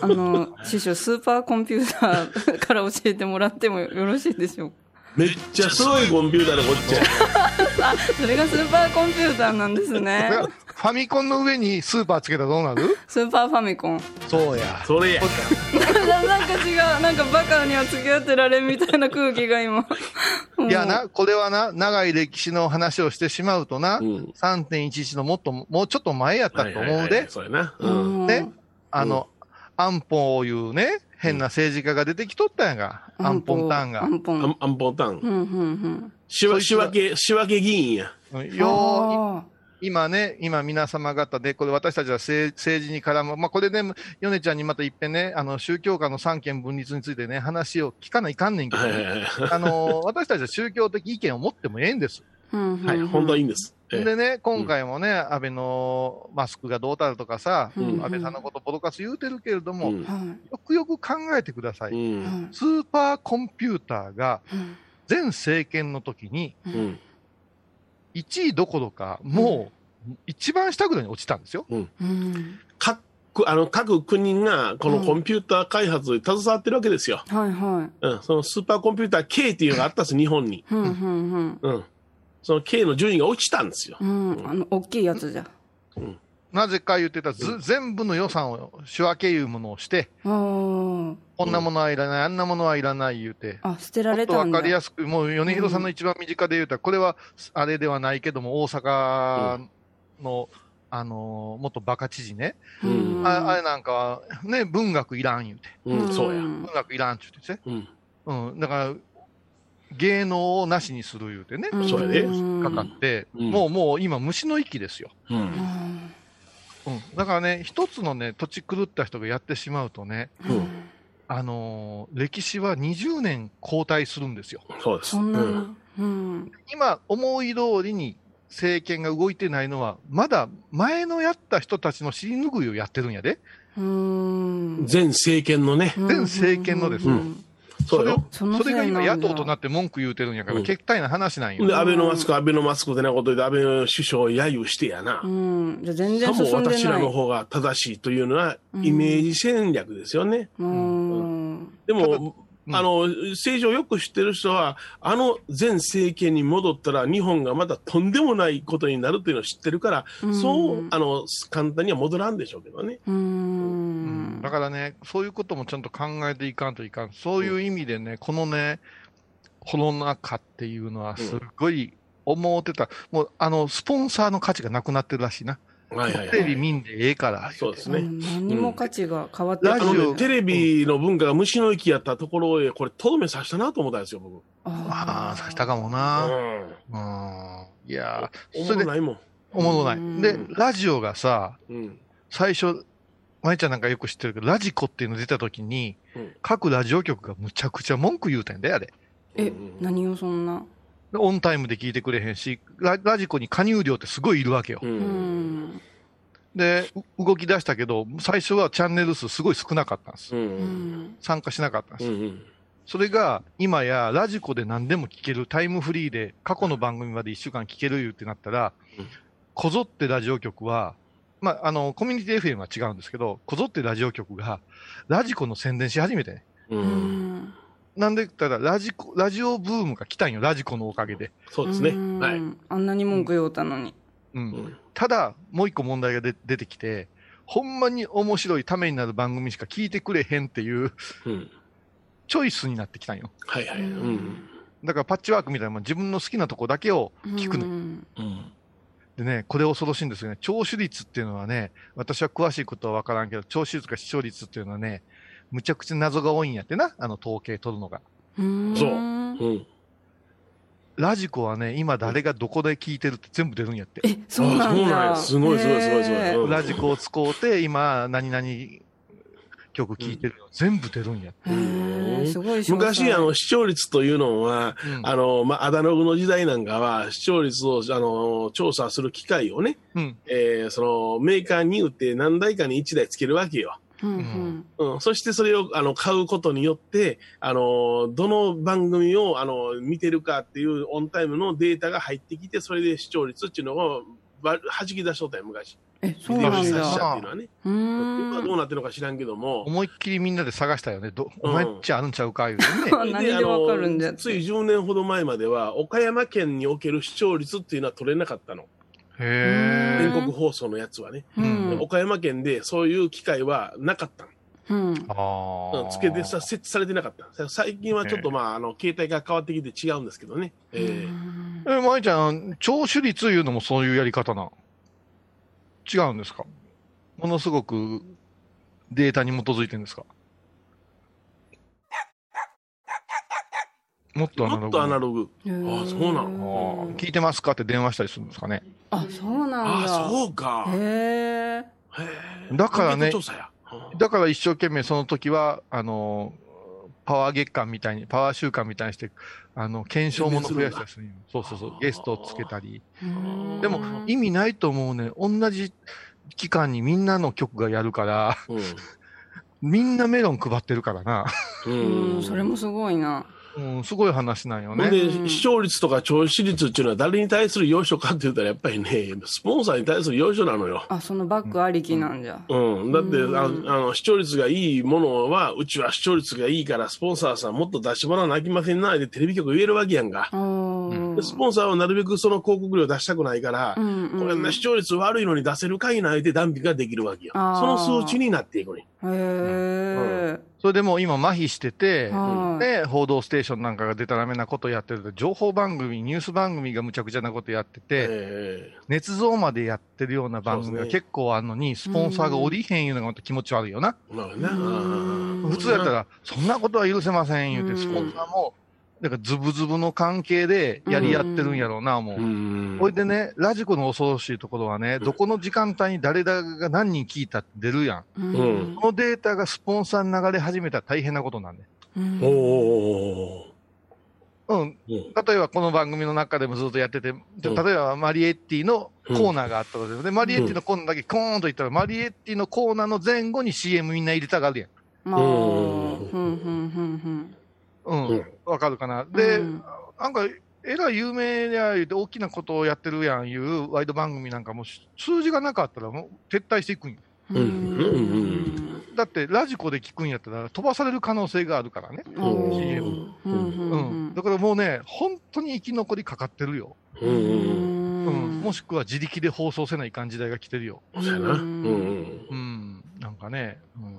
[SPEAKER 2] あの、師匠、スーパーコンピューターから教えてもらってもよろしいでしょうか
[SPEAKER 3] めっちゃすごいコンピューターでこっちゃ。
[SPEAKER 2] あ、それがスーパーコンピューターなんですね。
[SPEAKER 4] ファミコンの上にスーパーつけたらどうなる
[SPEAKER 2] スーパーファミコン。
[SPEAKER 4] そうや。
[SPEAKER 3] それや。
[SPEAKER 2] ななんか違う。なんかバカには付き合ってられんみたいな空気が今。
[SPEAKER 4] いやな、これはな、長い歴史の話をしてしまうとな、
[SPEAKER 3] うん
[SPEAKER 4] 3.11のもっと、もうちょっと前やったと
[SPEAKER 3] はい
[SPEAKER 4] 思
[SPEAKER 3] は
[SPEAKER 4] う
[SPEAKER 3] いはい
[SPEAKER 4] で、
[SPEAKER 3] そうやな。
[SPEAKER 2] う
[SPEAKER 3] うん。
[SPEAKER 2] ん。
[SPEAKER 4] ね、あの、安保いうね、変な政治家が出てきとったやんか、
[SPEAKER 2] ア
[SPEAKER 4] 安
[SPEAKER 2] ンポ
[SPEAKER 4] 保
[SPEAKER 2] ン
[SPEAKER 4] ターンが
[SPEAKER 2] ア。ンポ
[SPEAKER 3] ア
[SPEAKER 2] ン。
[SPEAKER 3] ンアンポンタン。
[SPEAKER 2] うん、うん、
[SPEAKER 3] 仕分仕分け、仕分け議員や。
[SPEAKER 4] うん
[SPEAKER 2] うん。
[SPEAKER 4] よう、
[SPEAKER 2] あ
[SPEAKER 4] 今ね、今皆様方で、これ私たちは政政治に絡む、まあこれで、ね、ヨネちゃんにまたいっぺんね、あの、宗教家の三権分立についてね、話を聞かないかんねんけど
[SPEAKER 3] は
[SPEAKER 4] ね、
[SPEAKER 3] いはいはい。
[SPEAKER 4] あの、私たちは宗教的意見を持ってもええんです。
[SPEAKER 2] ーうんうん
[SPEAKER 3] はい、本当はいいんです。ええ
[SPEAKER 4] でね、今回もね、安倍のマスクがどうたらとかさ、
[SPEAKER 2] うん
[SPEAKER 4] 安倍さんのことボロカス言うてるけれども、
[SPEAKER 3] う
[SPEAKER 4] よ
[SPEAKER 3] ん
[SPEAKER 2] はい。
[SPEAKER 4] くよく考えてください。
[SPEAKER 3] うん
[SPEAKER 2] うん
[SPEAKER 4] スーパーコンピューターが
[SPEAKER 2] うん
[SPEAKER 4] 前政権の時に
[SPEAKER 3] うん
[SPEAKER 4] 1位どころか、もう一番下ぐらいに落ちたんですよ。
[SPEAKER 2] うん
[SPEAKER 3] 各あの各国がこのコンピューター開発に携わってるわけですよ、
[SPEAKER 2] はいは
[SPEAKER 3] うん、そのスーパーコンピューター K っていうのがあったんです、日本に、
[SPEAKER 2] い。うんうん
[SPEAKER 3] うん、その K の順位が落ちたんですよ
[SPEAKER 2] う、ん。うん。あの、大きいやつじゃ。
[SPEAKER 4] なぜか言ってたず、全部の予算を仕分けいうものをして、
[SPEAKER 2] あー
[SPEAKER 4] こんなものはいらない、あんなものはいらない言うて、
[SPEAKER 2] あ、捨てら
[SPEAKER 4] もっ
[SPEAKER 2] れ
[SPEAKER 4] と
[SPEAKER 2] た
[SPEAKER 4] わ
[SPEAKER 2] ん
[SPEAKER 4] か
[SPEAKER 2] だ。
[SPEAKER 4] りやすく、もう米広さんの一番身近で言うたら、これはあれではないけども、大阪の、あのー元バカ知事ね、
[SPEAKER 2] うん
[SPEAKER 4] ああれなんかは、ね、文学いらん言うて、
[SPEAKER 3] うんそうや、うん
[SPEAKER 2] ん
[SPEAKER 4] 文学いらんって言ってね、
[SPEAKER 3] うん
[SPEAKER 4] うん、だから、芸能をなしにする言うてね、
[SPEAKER 2] ん
[SPEAKER 3] そうやで
[SPEAKER 4] かかって、
[SPEAKER 3] うん
[SPEAKER 4] もうもう今、虫の息ですよ。
[SPEAKER 2] うん
[SPEAKER 4] うん、だからね、一つのね、土地狂った人がやってしまうとね、
[SPEAKER 3] うん
[SPEAKER 4] あのー歴史は20年後退するんですよ。
[SPEAKER 3] そうです、
[SPEAKER 2] そんな
[SPEAKER 3] う
[SPEAKER 2] に。うん。
[SPEAKER 4] 今、思い通りに政権が動いてないのは、まだ前のやった人たちの尻拭いをやってるんやで。
[SPEAKER 2] うん。
[SPEAKER 3] 前政権のね、
[SPEAKER 4] 全政権のです
[SPEAKER 3] ね
[SPEAKER 2] うん
[SPEAKER 3] そう
[SPEAKER 4] れ
[SPEAKER 3] よ
[SPEAKER 4] を、
[SPEAKER 2] その
[SPEAKER 4] そ
[SPEAKER 2] せ
[SPEAKER 4] れ
[SPEAKER 2] い
[SPEAKER 4] が今、
[SPEAKER 2] なん
[SPEAKER 4] 野
[SPEAKER 2] だ
[SPEAKER 4] 党となって文句言うてるんやから、
[SPEAKER 3] うん
[SPEAKER 4] けったいな話なんよ。
[SPEAKER 3] で、アベノマスク、アベノマスクでなこと言って、安倍首相を揶揄してやな
[SPEAKER 2] う、ん。じゃあ全
[SPEAKER 3] さ
[SPEAKER 2] 然
[SPEAKER 3] も
[SPEAKER 2] 進んでない。
[SPEAKER 3] 私らの方が正しいというのは、イメージ戦略ですよね。
[SPEAKER 2] うん。
[SPEAKER 3] で
[SPEAKER 4] ただ
[SPEAKER 3] も、
[SPEAKER 4] うん
[SPEAKER 3] あの、政治をよく知ってる人は、あの前政権に戻ったら日本がまだとんでもないことになるというのを知ってるから、
[SPEAKER 2] うん
[SPEAKER 3] そう、あの、簡単には戻らんでしょうけどね。
[SPEAKER 2] う
[SPEAKER 4] うんんだからね、そういうこともちゃんと考えていかんといかん。そういう意味でね、このね、コロナ禍っていうのはすごい思ってた。もう、あの、スポンサーの価値がなくなってるらしいな。
[SPEAKER 3] はいはいは
[SPEAKER 4] テレビ
[SPEAKER 3] い。
[SPEAKER 4] 見んでええから。
[SPEAKER 3] そうです
[SPEAKER 2] う
[SPEAKER 3] ね。
[SPEAKER 2] ん何も価値が変わって
[SPEAKER 4] ラ
[SPEAKER 3] あ
[SPEAKER 4] ジオ
[SPEAKER 3] の
[SPEAKER 2] ない
[SPEAKER 3] ね、テレビの文化が虫の息やったところへ、これ、とどめさしたなと思ったんですよ、僕。
[SPEAKER 4] ああ、さしたかも
[SPEAKER 3] う
[SPEAKER 4] な。
[SPEAKER 3] ん。
[SPEAKER 4] うん。いやー、そ
[SPEAKER 3] 思わ
[SPEAKER 4] れで、
[SPEAKER 3] ないもん。
[SPEAKER 4] おもろな
[SPEAKER 2] う
[SPEAKER 4] い。
[SPEAKER 2] ん
[SPEAKER 4] で、ラジオがさ、
[SPEAKER 3] うん。
[SPEAKER 4] 最初、まいちゃんなんかよく知ってるけど、ラジコっていうの出た時に、
[SPEAKER 3] うん
[SPEAKER 4] 各ラジオ局がむちゃくちゃ文句言うてんだよ、あれ。
[SPEAKER 2] え
[SPEAKER 3] うん、
[SPEAKER 2] 何をそんな。
[SPEAKER 4] でオンタイムで聞いてくれへんし、ララジコに加入料ってすごいいるわけよ。
[SPEAKER 3] う。
[SPEAKER 2] うんん。
[SPEAKER 4] で、う動き出したけど、最初はチャンネル数すごい少なかったんです
[SPEAKER 3] う。。
[SPEAKER 2] うんん。
[SPEAKER 4] 参加しなかったんで
[SPEAKER 3] う
[SPEAKER 4] す。
[SPEAKER 3] ん。
[SPEAKER 4] それが、今やラジコで何でも聞けるタイムフリーで、過去の番組まで1週間聞けるいうってなったら
[SPEAKER 3] うん、
[SPEAKER 4] こぞってラジオ局は、まあ、あの、コミュニティ FM は違うんですけど、こぞってラジオ局が、ラジコの宣伝し始めてね。
[SPEAKER 3] う。
[SPEAKER 2] うんん。
[SPEAKER 4] なんで言ったら、ラジコ、ラジオブームが来たんよ、ラジコのおかげで。
[SPEAKER 3] そうですね。
[SPEAKER 2] ん
[SPEAKER 3] はい。。
[SPEAKER 2] あんなに文句言おうたのに。
[SPEAKER 4] うん
[SPEAKER 3] うん
[SPEAKER 4] ただ、もう一個問題がで出てきて、ほんまに面白いためになる番組しか聞いてくれへんっていう
[SPEAKER 3] うん。
[SPEAKER 4] チョイスになってきたんよ。
[SPEAKER 3] はいはい。うん。
[SPEAKER 4] だからパッチワークみたいなもん自分の好きなとこだけを聞くのよ
[SPEAKER 2] うん
[SPEAKER 3] うん。
[SPEAKER 4] でね、これ恐ろしいんですよね、聴取率っていうのはね、私は詳しいことは分からんけど、聴取率か視聴率っていうのはね、むちゃくちゃ謎が多いんやってな、あの統計取るのが。
[SPEAKER 2] うん
[SPEAKER 3] そう
[SPEAKER 2] うん
[SPEAKER 3] うん。
[SPEAKER 4] ラジコはね、今誰がどこで聞いてるって全部出るんやって。
[SPEAKER 2] え、そうな
[SPEAKER 3] あそ
[SPEAKER 2] ん
[SPEAKER 3] うなんや
[SPEAKER 2] だ。
[SPEAKER 3] すごいすごいすごいすごい
[SPEAKER 2] へえ
[SPEAKER 3] うん
[SPEAKER 4] ラジコを使うて、今、何々曲聞いてるよ、全部出るんやって。
[SPEAKER 2] へえすごい詳細
[SPEAKER 3] 昔、あの、視聴率というのは、
[SPEAKER 4] うん
[SPEAKER 3] あの、まあ、アダログの時代なんかは、視聴率を、あの、調査する機械をね、
[SPEAKER 4] うん
[SPEAKER 3] えーその、メーカーに売って何台かに1台つけるわけよ。
[SPEAKER 2] うんうん
[SPEAKER 3] うん、そしてそれをあの買うことによって、あの、どの番組をあの見てるかっていうオンタイムのデータが入ってきて、それで視聴率っていうのをば弾き出しとったよ、昔。
[SPEAKER 2] え、そうなん
[SPEAKER 3] ビデオ視
[SPEAKER 4] う
[SPEAKER 3] 察
[SPEAKER 4] ん
[SPEAKER 2] だ。
[SPEAKER 3] 者っていうのはね。
[SPEAKER 2] う
[SPEAKER 3] 今
[SPEAKER 2] ー
[SPEAKER 3] ど
[SPEAKER 2] ん。
[SPEAKER 3] うなってるのか知らんけども。
[SPEAKER 4] 思いっきりみんなで探したよね、ど
[SPEAKER 3] うん
[SPEAKER 4] お前っちゃあるんちゃうか、言うてね。
[SPEAKER 2] 何
[SPEAKER 3] であ
[SPEAKER 2] で
[SPEAKER 3] の
[SPEAKER 2] わかるんじゃ
[SPEAKER 3] つい10年ほど前までは、岡山県における視聴率っていうのは取れなかったの。
[SPEAKER 4] へ
[SPEAKER 2] う
[SPEAKER 4] ー
[SPEAKER 2] ん
[SPEAKER 3] 全国放送のやつはね。
[SPEAKER 2] う
[SPEAKER 4] うん
[SPEAKER 2] ん。
[SPEAKER 3] 岡山県でそういう機会はなかったの
[SPEAKER 2] うん。
[SPEAKER 4] あ
[SPEAKER 3] う
[SPEAKER 4] あ。
[SPEAKER 3] んつけてさ、設置されてなかった。最近はちょっとまあ、あの、携帯が変わってきて違うんですけどね。えー
[SPEAKER 4] え、まいちゃん、聴取率いうのもそういうやり方な。違うんですかものすごくデータに基づいてるんですかもっとアナロ
[SPEAKER 3] も
[SPEAKER 4] グ。
[SPEAKER 3] っとアナログ。
[SPEAKER 2] うん
[SPEAKER 3] あそうな
[SPEAKER 4] あー聞いてますかって電話したりするんですかね。
[SPEAKER 2] あ、そうなん
[SPEAKER 3] あ
[SPEAKER 2] だ。
[SPEAKER 3] あ、そうか。
[SPEAKER 2] へえ。
[SPEAKER 3] へえ
[SPEAKER 4] だからね
[SPEAKER 3] アンケート調査や。うん
[SPEAKER 4] だから一生懸命その時は、あのー、パワー月間みたいに、パワー週間みたいにして、あの、検証もの増やしたりするんよそうそうそう、ゲストをつけたり。
[SPEAKER 2] うん
[SPEAKER 4] でも意味ないと思うね。同じ期間にみんなの曲がやるから。みんなメロン配ってるからな。
[SPEAKER 3] う。
[SPEAKER 2] うんん、それもすごいな。
[SPEAKER 4] うん、すごい話なんよ
[SPEAKER 3] ほん
[SPEAKER 4] ね。
[SPEAKER 2] うん
[SPEAKER 3] で、視聴率とか聴取率っていうのは誰に対する要所かって言ったら、やっぱりね、スポンサーに対する要所なのよ。
[SPEAKER 2] あ、そのバッグありきなんじゃ。
[SPEAKER 3] うん。だって、あ
[SPEAKER 2] うん
[SPEAKER 3] の、あの視聴率がいいものは、うちは視聴率がいいから、スポンサーさんもっと出してもらわなきませんな、でテレビ局言えるわけやんか。
[SPEAKER 2] うん
[SPEAKER 3] でスポンサーはなるべくその広告料出したくないから、
[SPEAKER 2] うん
[SPEAKER 3] これ
[SPEAKER 2] うん、
[SPEAKER 3] ね、視聴率悪いのに出せるかいないで断筆ができるわけよ。そ
[SPEAKER 2] あー
[SPEAKER 3] の数値になっていくね。
[SPEAKER 2] へえ。
[SPEAKER 4] それでもう今麻痺してて、
[SPEAKER 2] はい。
[SPEAKER 4] ね、報道ステーションなんかがでたらめなことやってると、情報番組、ニュース番組がむちゃくちゃなことやってて、
[SPEAKER 3] ええ
[SPEAKER 4] 捏造までやってるような番組
[SPEAKER 3] そう
[SPEAKER 4] が
[SPEAKER 3] ですね
[SPEAKER 4] 結構あんのに、スポンサーがおりへんいうのがまた気持ち悪いよな。
[SPEAKER 3] まあね。
[SPEAKER 2] うん
[SPEAKER 4] 普通やったら、そんなことは許せません言う
[SPEAKER 2] うん
[SPEAKER 4] て、スポンサーも、だからズブズブの関係でやり合ってるんやろうな、も
[SPEAKER 3] う。
[SPEAKER 4] う
[SPEAKER 3] ん。
[SPEAKER 4] ほいでね、ラジコの恐ろしいところはね、どこの時間帯に誰だが何人聞いたって出るやん。
[SPEAKER 2] う
[SPEAKER 3] うん
[SPEAKER 4] このデータがスポンサーに流れ始めたら大変なことなんで。
[SPEAKER 2] うん
[SPEAKER 3] おーお
[SPEAKER 4] うん。
[SPEAKER 3] ーおーおー
[SPEAKER 4] 例えばこの番組の中でもずっとやってて、で例えばマリエッティのコーナーがあったとするで、マリエッティのコーナーだけコーンといったら、マリエッティのコーナーの前後に CM みんな入れたがるやん。
[SPEAKER 2] まあ、う
[SPEAKER 3] うん
[SPEAKER 2] ん、うん、うん、
[SPEAKER 4] うん。
[SPEAKER 3] う
[SPEAKER 4] わ
[SPEAKER 3] ん、
[SPEAKER 4] かるかな。
[SPEAKER 2] うん。
[SPEAKER 4] で、
[SPEAKER 2] うん
[SPEAKER 4] なんか、えらい有名や言うて大きなことをやってるやんいうワイド番組なんかも数字がなかったらもう撤退していくんよ。
[SPEAKER 2] う
[SPEAKER 3] うん
[SPEAKER 2] ん、
[SPEAKER 4] だってラジコで聞くんやったら飛ばされる可能性があるからね。
[SPEAKER 2] うん
[SPEAKER 3] CM
[SPEAKER 2] うん、う
[SPEAKER 4] うんん。だからもうね、本当に生き残りかかってるよ。
[SPEAKER 3] うんうん。
[SPEAKER 4] うん。もしくは自力で放送せない感じ代が来てるよ。
[SPEAKER 3] そうやな。うんうん。
[SPEAKER 4] うん。なんかね、うん。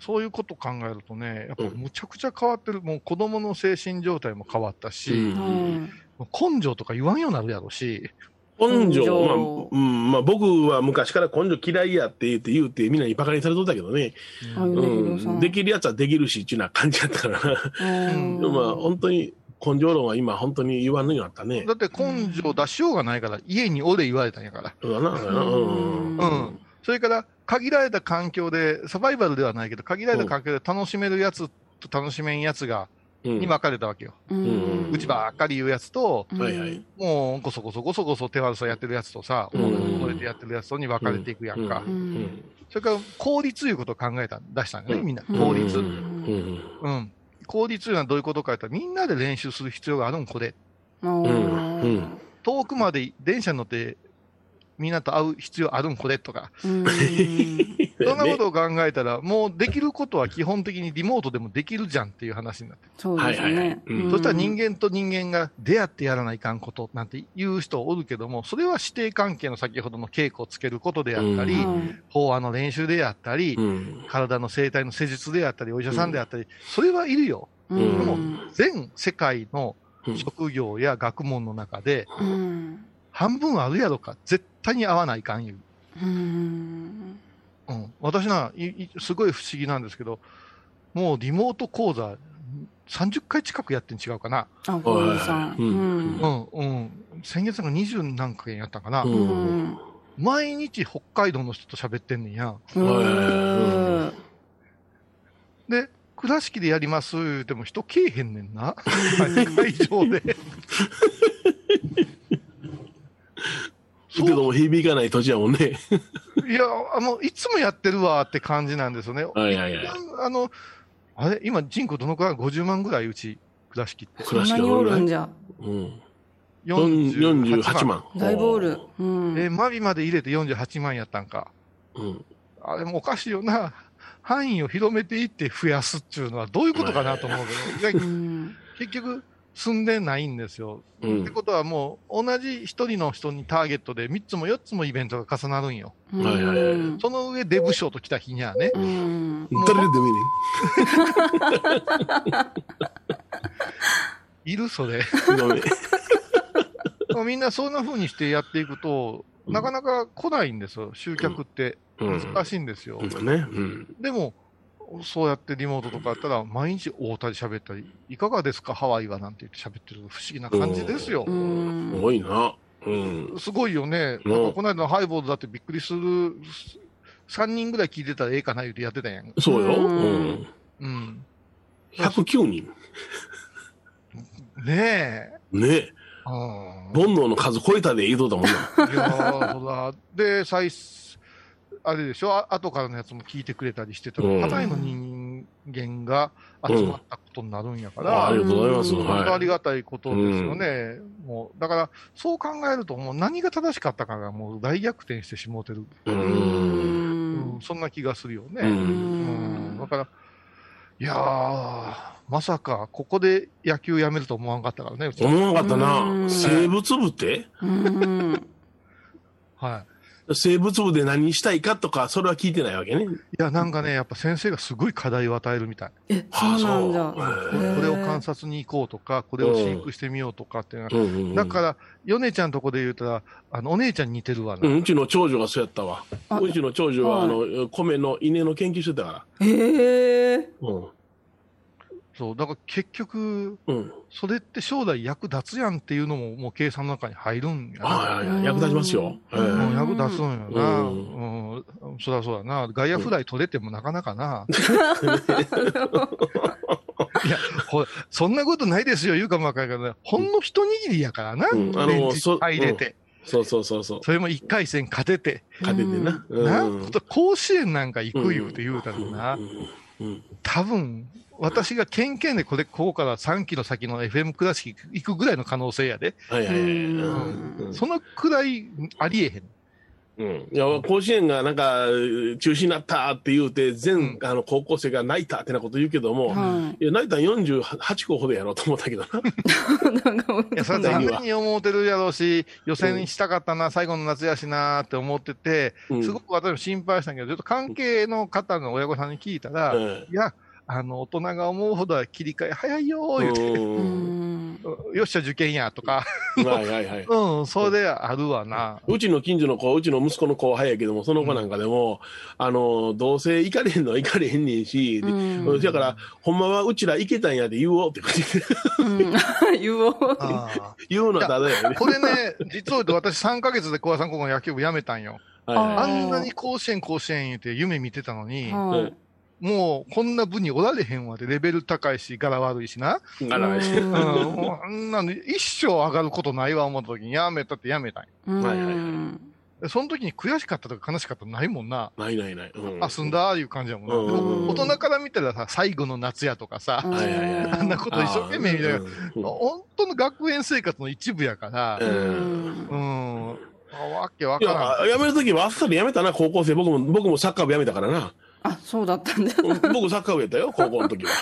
[SPEAKER 4] そういうこと考えるとね、やっぱむちゃくちゃ変わってる。もう子供の精神状態も変わったし、
[SPEAKER 3] うん
[SPEAKER 4] もう根性とか言わんようになるやろうし、
[SPEAKER 3] 根
[SPEAKER 2] 根
[SPEAKER 3] 性、まあ、
[SPEAKER 2] 性
[SPEAKER 3] うん、まあ僕は昔から根性嫌いやって言って言うてみんなにバカにされとったけどね。
[SPEAKER 2] あゆ
[SPEAKER 3] う
[SPEAKER 2] ねひろさん。
[SPEAKER 3] ん。できるやつはできるしっていうような感じやったからな。
[SPEAKER 2] うん、
[SPEAKER 3] でもまあ本当に根性論は今本当に言わんのようになったね
[SPEAKER 4] だ。って根性出しようがないから、家におれ言われたんやから。
[SPEAKER 3] そうだな。うん。
[SPEAKER 4] うん。それから、限られた環境で、サバイバルではないけど、限られた環境で楽しめるやつと楽しめんやつが、
[SPEAKER 3] うん
[SPEAKER 4] に分かれたわけよ。
[SPEAKER 2] うん、
[SPEAKER 4] うちばっかり言うやつと、
[SPEAKER 2] うん、
[SPEAKER 3] はいはい。
[SPEAKER 4] もう、ごそごそごそごそ手悪さやってるやつとさ、
[SPEAKER 3] うん
[SPEAKER 4] 埋もれてやってるやつとに分かれていくやんか。
[SPEAKER 3] うんうん。
[SPEAKER 4] それから、効率いうことを考えた、出したんだね、
[SPEAKER 3] うん
[SPEAKER 4] みんな。
[SPEAKER 2] うん
[SPEAKER 4] 効率。
[SPEAKER 3] う
[SPEAKER 4] うん。
[SPEAKER 3] ん。
[SPEAKER 4] 効率いうのはどういうことかやったら、みんなで練習する必要があるん、これ。
[SPEAKER 2] うん、うん、
[SPEAKER 4] 遠くまで電車に乗って、みんなと会う必要あるん、これとか。
[SPEAKER 2] うん、
[SPEAKER 4] そんなことを考えたら、もうできることは基本的にリモートでもできるじゃんっていう話になって、
[SPEAKER 2] そうですね。
[SPEAKER 4] そしたら人間と人間が出会ってやらないかんことなんて言う人おるけども、それは指定関係の先ほどの稽古をつけることであったり、
[SPEAKER 3] うん
[SPEAKER 4] 法話の練習であったり、
[SPEAKER 3] うん。
[SPEAKER 4] 体の生態の施術であったり、お医者さんであったり、それはいるよ。
[SPEAKER 2] うん、
[SPEAKER 4] 全世界の
[SPEAKER 3] うん
[SPEAKER 4] 職業や学問の中で、
[SPEAKER 2] うん。
[SPEAKER 4] 半分あるやろか、絶対に合わないかんいう。
[SPEAKER 2] うん。
[SPEAKER 4] うん、私ないいすごい不思議なんですけど、もうリモート講座、30回近くやってん違うかな、
[SPEAKER 2] あ、ゴールドさん。
[SPEAKER 3] うん
[SPEAKER 4] う。んうん、先月が20何回やったかな、
[SPEAKER 3] う
[SPEAKER 2] うんん。
[SPEAKER 4] 毎日北海道の人と喋ってんねんや、
[SPEAKER 2] うん。
[SPEAKER 4] で、倉敷でやります言うても人来えへんねんな、会場で。
[SPEAKER 3] けども響かない土地やもんね。
[SPEAKER 4] いや、あの、いつもやってるわって感じなんですよね。
[SPEAKER 3] はいはいはい。
[SPEAKER 4] あの、あれ今人口どのくらい ?50 万ぐらい、うち、倉敷って。
[SPEAKER 2] そんなにおるんじゃ。
[SPEAKER 3] うん。
[SPEAKER 4] 48
[SPEAKER 3] 48。万。
[SPEAKER 2] 大ボール。う
[SPEAKER 4] えー
[SPEAKER 2] ん。
[SPEAKER 4] マビまで入れて48万やったんか。
[SPEAKER 3] うん。
[SPEAKER 4] あれもおかしいよな。範囲を広めていって増やすっていうのはどういうことかなと思うけ ど、いうや
[SPEAKER 2] ん。
[SPEAKER 4] 結局、住んでないんですよ。
[SPEAKER 3] う
[SPEAKER 4] って
[SPEAKER 3] ん。
[SPEAKER 4] ことはもう、同じ一人の人にターゲットで3つも4つもイベントが重なるんよ。
[SPEAKER 2] うん
[SPEAKER 3] はいはいは
[SPEAKER 4] その上、デブ賞と来た日にはね、
[SPEAKER 2] うん。
[SPEAKER 3] 誰でもいいね。
[SPEAKER 4] いるそれ。
[SPEAKER 3] ごめん
[SPEAKER 4] みんなそんな風にしてやっていくと、なかなか来ないんですよ。集客って
[SPEAKER 3] うん
[SPEAKER 4] 難しいんですよ。
[SPEAKER 3] うんね。うん。
[SPEAKER 4] でも、そうやってリモートとかやったら、毎日大田で喋ったり、いかがですか、ハワイはなんて言って喋ってる不思議な感じですよ
[SPEAKER 2] う。ん
[SPEAKER 3] すごいな。うん。
[SPEAKER 4] すごいよね。
[SPEAKER 3] うん
[SPEAKER 4] なんかこの間のハイボールだってびっくりする、3人ぐらい聞いてたらええかな言うてやってたやん。
[SPEAKER 3] そうよ。う
[SPEAKER 2] うん
[SPEAKER 3] ん。
[SPEAKER 4] うん。
[SPEAKER 3] 109人。
[SPEAKER 4] ねえ。
[SPEAKER 3] ねえ。
[SPEAKER 4] うん
[SPEAKER 3] 煩悩の数超えたで言うとったもんな。
[SPEAKER 4] いやーほら。で、最初、あれでしょ、あ後からのやつも聞いてくれたりしてた
[SPEAKER 3] うん
[SPEAKER 4] ら、かなりの人間が集まったことになるんやから、
[SPEAKER 3] ありがとうございます。
[SPEAKER 2] うん
[SPEAKER 4] 本当あ
[SPEAKER 3] は
[SPEAKER 4] り
[SPEAKER 3] い。
[SPEAKER 4] がたいことですよね。もう、だから、そう考えると、もう何が正しかったかがもう大逆転してしもうてる、
[SPEAKER 3] う。
[SPEAKER 2] うん
[SPEAKER 4] うん
[SPEAKER 2] ん。
[SPEAKER 4] そんな気がするよ
[SPEAKER 3] う
[SPEAKER 4] ね。
[SPEAKER 3] ん。
[SPEAKER 4] うんだから、いやー、まさか、ここで野球やめると思わんかったからね、うちは。
[SPEAKER 3] 思わなかった
[SPEAKER 2] う
[SPEAKER 3] な。
[SPEAKER 2] ん
[SPEAKER 3] 生物部って
[SPEAKER 2] うん。
[SPEAKER 4] はい。
[SPEAKER 3] 生物部で何したいかとか、それは聞いてないわけね。
[SPEAKER 4] いや、なんかね、やっぱ先生がすごい課題を与えるみたい。
[SPEAKER 2] え、そうなんじゃ。
[SPEAKER 3] は
[SPEAKER 4] こ
[SPEAKER 3] い
[SPEAKER 4] れを観
[SPEAKER 2] 想。
[SPEAKER 4] 察に行こうとか、これを飼育してみようとかっていうのは
[SPEAKER 3] うんうんうん
[SPEAKER 4] だから、ヨネちゃんとこで言うたら、あの、お姉ちゃんに似てるわ
[SPEAKER 3] う
[SPEAKER 4] な。
[SPEAKER 3] ん、うちの長女がそうやったわ。
[SPEAKER 2] あ
[SPEAKER 3] うちの長女は、
[SPEAKER 2] はい
[SPEAKER 3] あの、米の稲の研究してたから。
[SPEAKER 2] へえ。
[SPEAKER 3] うん。
[SPEAKER 4] そう、だから結局、
[SPEAKER 3] うん。
[SPEAKER 4] それって将来役立つやんっていうのも、もう計算の中に入るんやな。
[SPEAKER 3] はいはいはい。役立ちますよ。ええ
[SPEAKER 2] う
[SPEAKER 4] も
[SPEAKER 2] ん
[SPEAKER 4] う役立つんやな。
[SPEAKER 3] う
[SPEAKER 4] うん、そりゃそうだな。外野フライ取れてもなかな かな。いや、ほらそんなことないですよ、言うかもわからんけど、ほんの一握りやからな。
[SPEAKER 3] うんあの
[SPEAKER 4] レンジ
[SPEAKER 3] そ
[SPEAKER 4] 入れて、
[SPEAKER 3] そうそうそうそう。
[SPEAKER 4] それも一回戦勝てて、
[SPEAKER 3] 勝ててな。う
[SPEAKER 4] なんんと甲子園なんか行く言うて言うたらな。
[SPEAKER 3] うん
[SPEAKER 4] 多分私が県県でこれ、ここから3キロ先の FM 倉敷行くぐらいの可能性やで、
[SPEAKER 3] はいはいはい。
[SPEAKER 2] うん
[SPEAKER 3] うん
[SPEAKER 4] そのくらいありえへん。
[SPEAKER 3] うん、いや甲子園がなんか中止になったって言うて全、
[SPEAKER 4] うん
[SPEAKER 3] あの高校生が泣いたってなこと言うけども、、
[SPEAKER 2] はい
[SPEAKER 3] や泣いたん48校ほどやろうと思ったけどな
[SPEAKER 2] い。なんかもう
[SPEAKER 4] い や、それ
[SPEAKER 3] そうだ
[SPEAKER 4] 残
[SPEAKER 3] ね
[SPEAKER 4] 念に思うてるやろうし、予選したかったな、最後の夏やしなーって思ってて、
[SPEAKER 3] うん
[SPEAKER 4] すごく私も心配したんやけど、ちょっと関係の方の親御さんに聞いたら、い
[SPEAKER 3] え
[SPEAKER 4] や、あの、大人が思うほどは切り替え早いよー、
[SPEAKER 3] え
[SPEAKER 4] 言うて、
[SPEAKER 2] う
[SPEAKER 3] うん
[SPEAKER 2] ん。
[SPEAKER 4] よっしゃ、受験や、とか、
[SPEAKER 3] はいはいはい
[SPEAKER 4] うん、それあるわな。
[SPEAKER 3] うちの近所の子、うちの息子の後輩やけども、その子なんかでも、あの、どうせ行かれへんのは行かれへんねんし、で
[SPEAKER 2] うん
[SPEAKER 3] だから、ほんまはうちら行けたんやで言 おうって
[SPEAKER 2] うん。言おう。
[SPEAKER 4] あー
[SPEAKER 3] 言うのはただやね。
[SPEAKER 4] これね、実を言うと私3ヶ月で小林さん高校の野球部辞めたんよ。
[SPEAKER 3] はい
[SPEAKER 4] あ
[SPEAKER 3] はい
[SPEAKER 4] んなに甲子園、甲子園言って夢見てたのに、
[SPEAKER 2] は
[SPEAKER 4] もうこんな部におられへんわで、レベル高いし、柄悪いしな。
[SPEAKER 3] うんあらはい
[SPEAKER 4] うん、もうあんなの一生上がることないわ思った時に、やめたってやめたんよ
[SPEAKER 2] い。
[SPEAKER 3] はいはいはい
[SPEAKER 2] うん
[SPEAKER 4] でその時に悔しかったとか悲しかったのないもんな。
[SPEAKER 3] ないないない。う
[SPEAKER 4] あ、済ん。だいう感じやもんな。
[SPEAKER 3] うん
[SPEAKER 4] でも
[SPEAKER 2] うん
[SPEAKER 4] 大人から見たらさ、最後の夏やとかさ、
[SPEAKER 3] はいはいはい
[SPEAKER 4] あんなこと一生懸命見たいな。
[SPEAKER 3] うん
[SPEAKER 4] 本当の学園生活の一部やから、
[SPEAKER 3] え
[SPEAKER 2] う
[SPEAKER 3] え
[SPEAKER 2] ん
[SPEAKER 4] うん、あわけわ
[SPEAKER 3] い
[SPEAKER 4] からん。
[SPEAKER 3] や、辞めるときはあっさり辞めたな、高校生。僕も、僕もサッカー部辞めたからな。
[SPEAKER 2] あ、そうだったんだ。
[SPEAKER 3] うん僕サッカー部やったよ、高校の時は。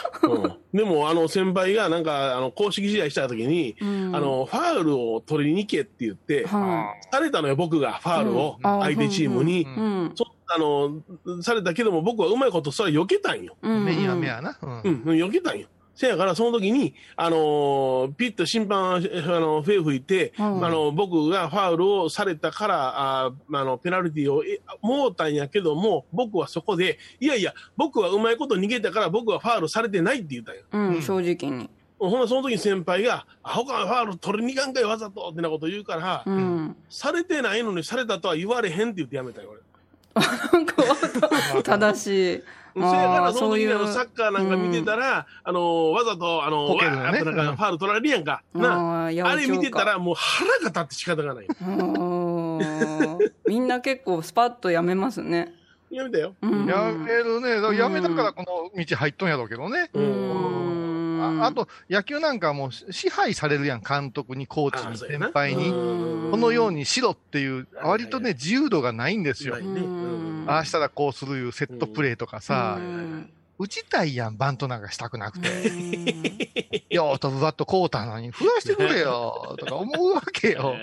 [SPEAKER 3] うん、でも、あの、先輩が、なんか、あの、公式試合したときに、
[SPEAKER 2] あ
[SPEAKER 3] あ、の、ファウルを取りに行けって言って、
[SPEAKER 2] は
[SPEAKER 3] されたのよ、僕が、ファウルを、
[SPEAKER 2] うんあー
[SPEAKER 3] 相手チーム
[SPEAKER 4] う
[SPEAKER 3] に
[SPEAKER 2] い。
[SPEAKER 4] ん。
[SPEAKER 2] うん。
[SPEAKER 3] そあの、されたけども、僕はうまいこと、それは避けたんよ。
[SPEAKER 2] うん。
[SPEAKER 4] 目には目やな。うん
[SPEAKER 3] うん、避けたんよ。せやから、その時に、あのーピッと審判、あの、笛吹いて、
[SPEAKER 2] うん
[SPEAKER 3] あの、僕がファウルをされたから、ああの、ペナルティをえもうたんやけども、僕はそこで、いやいや、僕はうまいこと逃げたから、僕はファウルされてないって言ったんや。
[SPEAKER 2] うん、
[SPEAKER 4] うん
[SPEAKER 2] 正直に。
[SPEAKER 3] ほな、その時に先輩が、アホか、ファウル取りに行かんかい、わざとってなこと言うから、
[SPEAKER 2] うん。
[SPEAKER 3] されてないのにされたとは言われへんって言ってやめたよ、俺。
[SPEAKER 2] なんか、正しい。
[SPEAKER 3] そやか
[SPEAKER 2] あ
[SPEAKER 3] ら
[SPEAKER 2] ー
[SPEAKER 3] その時にあのサッカーなんか見てたら、あのーわざと、あのー、
[SPEAKER 4] こけるのね
[SPEAKER 3] わーっとなんかファウル取られるやんか。な
[SPEAKER 2] あー八百長
[SPEAKER 3] あ、
[SPEAKER 2] か
[SPEAKER 3] あれ見てたらもう腹が立って仕方がない。
[SPEAKER 2] おーみんな結構スパッとやめますね。
[SPEAKER 3] やめたよ。
[SPEAKER 2] うん、
[SPEAKER 4] やめるね。だからやめたからこの道入っとんやろうけどね。
[SPEAKER 2] う
[SPEAKER 4] あ
[SPEAKER 2] ん。
[SPEAKER 4] あと、野球なんかはもう支配されるやん。監督に、コーチ
[SPEAKER 3] あ
[SPEAKER 4] に、
[SPEAKER 3] そうやな
[SPEAKER 4] 先輩に。
[SPEAKER 2] うん
[SPEAKER 4] このようにしろっていう、割とね、自由度がないんですよ
[SPEAKER 3] な。いね。
[SPEAKER 2] うん
[SPEAKER 4] ああしたらこうするいうセットプレーとかさ、打ちたいやん、バントなんかしたくなくて。 よーとぶわっとこうたのに、増やしてくれよ、とか思うわ けよ。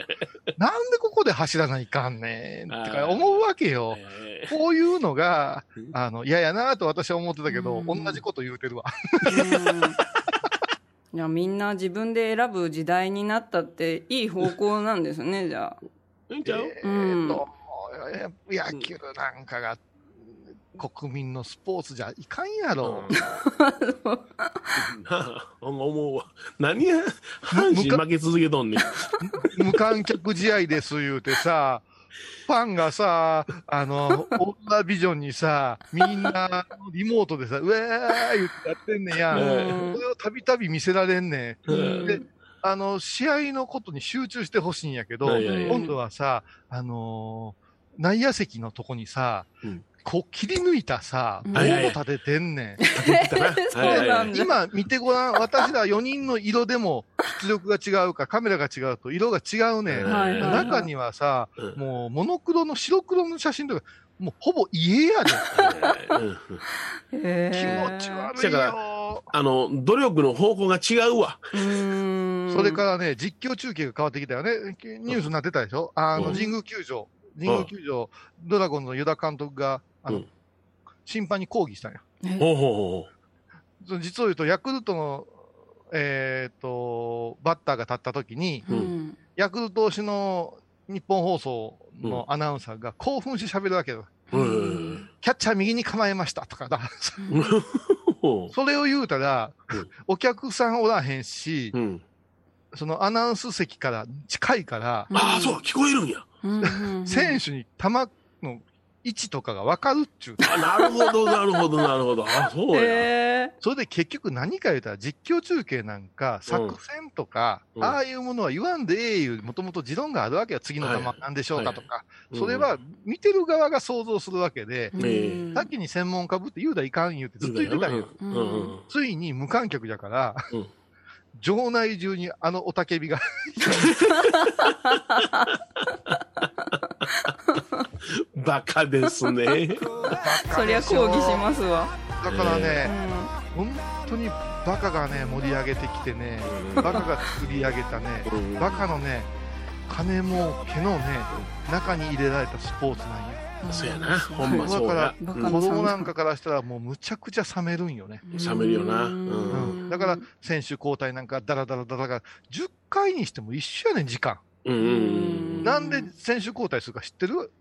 [SPEAKER 4] なんでここで走らないかんねん、とか思うわけよ。
[SPEAKER 3] え
[SPEAKER 4] こういうのが
[SPEAKER 3] うん、
[SPEAKER 4] あの、嫌やなと私は思ってたけど、
[SPEAKER 2] う
[SPEAKER 4] 同
[SPEAKER 2] ん
[SPEAKER 4] じこと言うてるわ。
[SPEAKER 2] いやみんな自分で選ぶ時代になったっていい方向なんですねじゃあ。
[SPEAKER 3] ーいいん
[SPEAKER 4] え
[SPEAKER 3] ちゃう
[SPEAKER 4] ーと、や野球なんかが、国民のスポーツじゃいかんやろ。
[SPEAKER 3] なあ、ほんま思うわ。何や、阪神負け続けとんねん。
[SPEAKER 4] 無観客試合です言うてさ、ファンがさ、あの、オーダービジョンにさ、みんなリモートでさ、うわー言ってやってんねんや。
[SPEAKER 3] うん
[SPEAKER 2] うん
[SPEAKER 4] それをたびたび見せられんね。
[SPEAKER 3] うんん
[SPEAKER 4] で、あの、試合のことに集中してほしいんやけど、
[SPEAKER 3] はいはい
[SPEAKER 2] はい
[SPEAKER 4] 今度はさ、あのー内野席のとこにさ、
[SPEAKER 3] うん
[SPEAKER 4] こう切り抜いたさ、棒を
[SPEAKER 3] はいはい
[SPEAKER 4] 立ててんねん。
[SPEAKER 2] そうなんだ。
[SPEAKER 4] 今見てごらん、私ら4人の色でも出力が違うか、カメラが違うと色が違うねん。
[SPEAKER 2] はいはいはい
[SPEAKER 4] 中にはさ、
[SPEAKER 3] うん
[SPEAKER 4] もうモノクロの白黒の写真とか、もうほぼ家 やで。
[SPEAKER 3] うん
[SPEAKER 2] へ
[SPEAKER 4] 気
[SPEAKER 2] ー
[SPEAKER 4] 持ち悪
[SPEAKER 3] だ
[SPEAKER 4] い
[SPEAKER 3] か
[SPEAKER 4] よ。
[SPEAKER 3] あの、努力の方向が違うわ。
[SPEAKER 2] うん
[SPEAKER 4] それからね、実況中継が変わってきたよね。ニュースになってたでしょあの、神宮球場。神宮球場、ドラゴンズの与田監督が、あの、
[SPEAKER 3] うん
[SPEAKER 4] 審判に抗議したんよ。
[SPEAKER 3] ほうほうほ
[SPEAKER 4] その実を言うと、ヤクルトの、えっ、と、バッターが立った時に、
[SPEAKER 2] う
[SPEAKER 3] うん
[SPEAKER 4] ヤクルト推しの日本放送のアナウンサーが興奮して喋るわけだ。
[SPEAKER 3] うほう。うん
[SPEAKER 4] キャッチャー右に構えましたとかだ。
[SPEAKER 3] ほ
[SPEAKER 4] それを言うたら
[SPEAKER 3] うん、
[SPEAKER 4] お客さんおらへんし
[SPEAKER 3] う。う、ん。
[SPEAKER 4] そのアナウンス席から近いから、
[SPEAKER 3] ああ、そう、聞こえるんや。
[SPEAKER 2] うん
[SPEAKER 4] 選手に球の位置とかが分かるっちゅう。
[SPEAKER 3] あなるほど、なるほど、なるほど。あそうや。
[SPEAKER 2] へ
[SPEAKER 4] それで結局何か言うたら実況中継なんか
[SPEAKER 3] うん
[SPEAKER 4] 作戦とか、
[SPEAKER 3] うん
[SPEAKER 4] ああいうものは言わんでええいう、もともと持論があるわけよ。次の球なんでしょうかとか。
[SPEAKER 3] うん
[SPEAKER 4] それは、見てる側が想像するわけで、
[SPEAKER 2] ー
[SPEAKER 3] え
[SPEAKER 2] うん
[SPEAKER 4] 先に専門家ぶって言うだいかん言うてずっと言ってたんよ。
[SPEAKER 3] うんうん。
[SPEAKER 4] ついに無観客だから、
[SPEAKER 3] うん
[SPEAKER 4] 場内中にあのおたけびが
[SPEAKER 3] バカですね。
[SPEAKER 2] そりゃ抗議しますわ。
[SPEAKER 4] だから
[SPEAKER 2] う
[SPEAKER 4] ね、
[SPEAKER 2] ん
[SPEAKER 4] 本当にバカがね盛り上げてき てねバカが作り上げたねバカのね金儲けのね中に入れられたスポーツなんよ
[SPEAKER 3] そうやな、ほんま
[SPEAKER 4] だ
[SPEAKER 3] そう
[SPEAKER 4] か
[SPEAKER 3] や。
[SPEAKER 4] ら
[SPEAKER 2] うん
[SPEAKER 4] 子供なんかからしたらもうむちゃくちゃ冷めるんよね、
[SPEAKER 3] 冷めるよなうん
[SPEAKER 4] うんだから選手交代なんかダラダラダラが10回にしても一緒やねん時間
[SPEAKER 3] うんうんうん。
[SPEAKER 4] なんで選手交代するか知ってる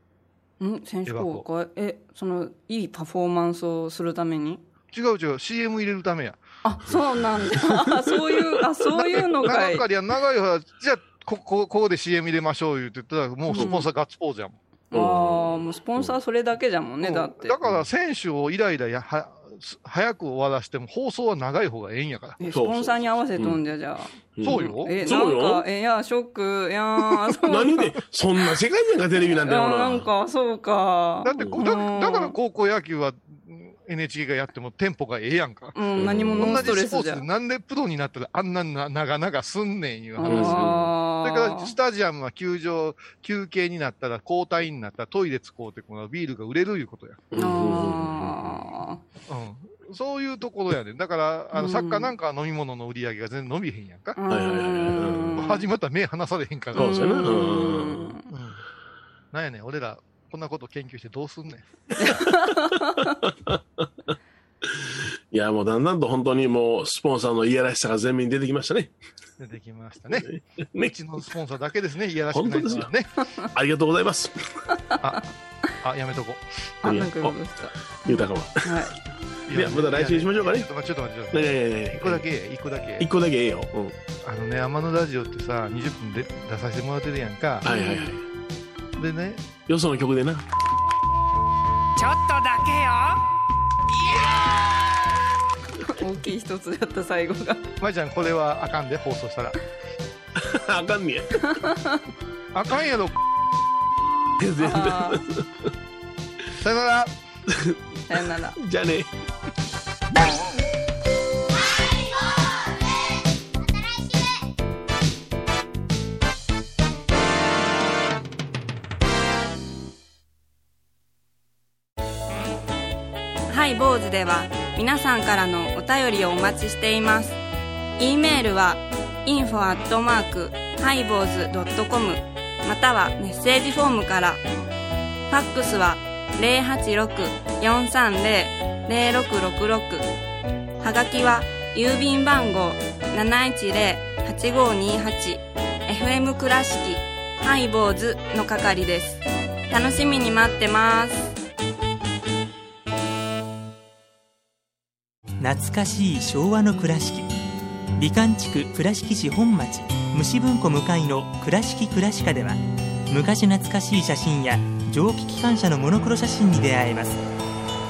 [SPEAKER 2] ん選手公開えそのいいパフォーマンスをするために
[SPEAKER 4] 違う違う CM 入れるためや
[SPEAKER 2] あそうなんだあ そういうあそういうのか
[SPEAKER 4] 長
[SPEAKER 2] い
[SPEAKER 4] いや長いはじゃあここここで CM 入れましょう言うって言ったらもうスポンサーガッツポーズやもん、
[SPEAKER 2] ああもうスポンサーそれだけじゃもんね
[SPEAKER 4] うん
[SPEAKER 2] だって
[SPEAKER 4] から選手をイライラやはす早く終わらしても放送は長い方がええんやから、
[SPEAKER 2] えスポンサーに合わせとんじゃじゃあ
[SPEAKER 3] うん
[SPEAKER 4] そうよ
[SPEAKER 2] えな
[SPEAKER 3] そうん
[SPEAKER 2] か
[SPEAKER 3] よ。
[SPEAKER 2] えいやショックいやーそう
[SPEAKER 3] 何で、そんな世界なんかテレビなん
[SPEAKER 2] い
[SPEAKER 3] だ
[SPEAKER 2] や
[SPEAKER 3] よな。
[SPEAKER 2] なんかそうか
[SPEAKER 4] だってこだだから高校野球はうん NHK がやってもテンポがええやんか、
[SPEAKER 2] うん何もノン
[SPEAKER 4] 同
[SPEAKER 2] スト
[SPEAKER 4] じ
[SPEAKER 2] レ
[SPEAKER 4] スポ
[SPEAKER 2] ス
[SPEAKER 4] ー
[SPEAKER 2] じ
[SPEAKER 4] ツ
[SPEAKER 2] ゃ
[SPEAKER 4] でなんでプロになったらあんなな長々すんねんいう話
[SPEAKER 2] あ
[SPEAKER 4] そ
[SPEAKER 2] あ
[SPEAKER 4] れからスタジアムは球場休憩になったら交代になったらトイレ使うてこのビールが売れるいうことや
[SPEAKER 3] うん
[SPEAKER 2] あ
[SPEAKER 4] うんそういうところやね。だから、あの、
[SPEAKER 2] うん
[SPEAKER 4] サッカーなんかは飲み物の売り上げが全然伸びへんやんか
[SPEAKER 2] ー。
[SPEAKER 3] はいはいはいはい
[SPEAKER 2] うん
[SPEAKER 4] 始まったら目離されへんから。
[SPEAKER 3] そうですよねうん
[SPEAKER 2] うん
[SPEAKER 4] うんなんやねん、俺ら、こんなこと研究してどうすんねん。
[SPEAKER 3] いや、もうだんだんと本当にもう、スポンサーのいやらしさが前面に出てきましたね。
[SPEAKER 4] 出てきましたね。う
[SPEAKER 3] ね、
[SPEAKER 4] ちのスポンサーだけですね、いやらしくないのはね。
[SPEAKER 3] ありがとうございます。
[SPEAKER 4] あ、やめとこ
[SPEAKER 2] あ、なんか言いました。
[SPEAKER 3] 豊かは。
[SPEAKER 2] はい。
[SPEAKER 4] う。
[SPEAKER 3] いやまた来週にしましょうかね
[SPEAKER 4] ちょっと待って、ちょっと待ってちょっと待
[SPEAKER 3] ね
[SPEAKER 4] って。
[SPEAKER 3] えねえ
[SPEAKER 4] 一個だ
[SPEAKER 3] ね
[SPEAKER 4] け、一個だ
[SPEAKER 3] え。一
[SPEAKER 4] け。
[SPEAKER 3] 個だけええよ。うん。
[SPEAKER 4] あのね、天野ラジオってさ、20分で出させてもらってるやんか。
[SPEAKER 3] はいはいはい。
[SPEAKER 4] でね、
[SPEAKER 3] よその曲でな。
[SPEAKER 2] 大きい一つだった最後が。
[SPEAKER 4] まいちゃん、これはあかんで、放送したら。
[SPEAKER 3] あかんねや。
[SPEAKER 4] あかんやろ、
[SPEAKER 3] 全然。
[SPEAKER 2] あ
[SPEAKER 4] さよなら。
[SPEAKER 2] ーさよなら。
[SPEAKER 3] じゃあね。
[SPEAKER 2] ハイボーズでは皆さんからのお便りをお待ちしています。e メールは info アットマークハイボーズドットコムまたはメッセージフォームから。ファックスは086-430-0666はがきは郵便番号710-8528 FM 倉敷ハイボーズの係です。楽しみに待ってます。
[SPEAKER 8] 懐かしい昭和の倉敷美観地区倉敷市本町虫文庫向かいの「倉敷倉歯科」では昔懐かしい写真や蒸気機関車のモノクロ写真に出会えます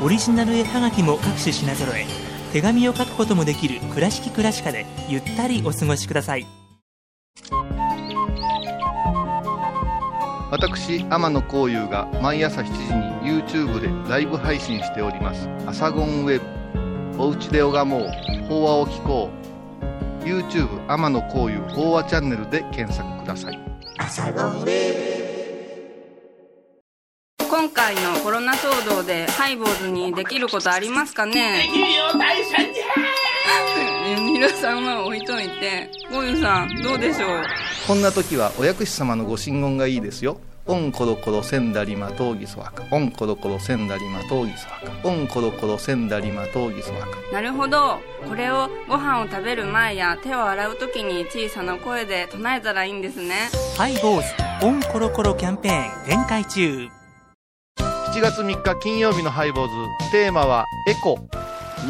[SPEAKER 8] オリジナル絵はがきも各種品揃え手紙を書くこともできる「倉敷倉歯科」でゆったりお過ごしください
[SPEAKER 4] 私天野幸雄が毎朝7時に YouTube でライブ配信しております「アサゴンウェブ」「おうちで拝もう法話を聞こう」YouTube 天野幸雄法話チャンネルで検索ください
[SPEAKER 2] 今回のコロナ騒動でハイボーズにできることありますかねできるよ大社じゃ皆さんは置いといてゴユさんどうでしょう
[SPEAKER 4] こんな時はお薬師様のご神言がいいですよオンコロコロセンダリマトウギソワカオンコロコロセンダリマトウギソワカオンコロコロセンダリマトウギソワカ
[SPEAKER 2] なるほどこれをご飯を食べる前や手を洗う時に小さな声で唱えたらいいんですね
[SPEAKER 8] ハイボーズオンコロコロキャンペーン展開中
[SPEAKER 4] 7月3日金曜日のハイボーズテーマはエコ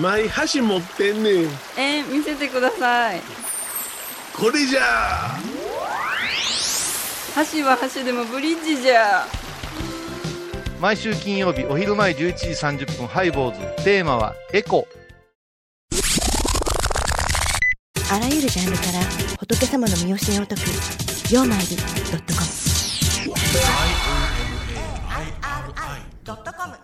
[SPEAKER 3] マイ箸持ってんねん。
[SPEAKER 2] えー、見せてください
[SPEAKER 3] これじゃあ。
[SPEAKER 2] 箸は箸でもブリッジじゃ
[SPEAKER 4] 毎週金曜日お昼前11時30分ハイボーズテーマはエコ
[SPEAKER 9] あらゆるジャンルから仏様の身教えを解く「曜マイルドットコム」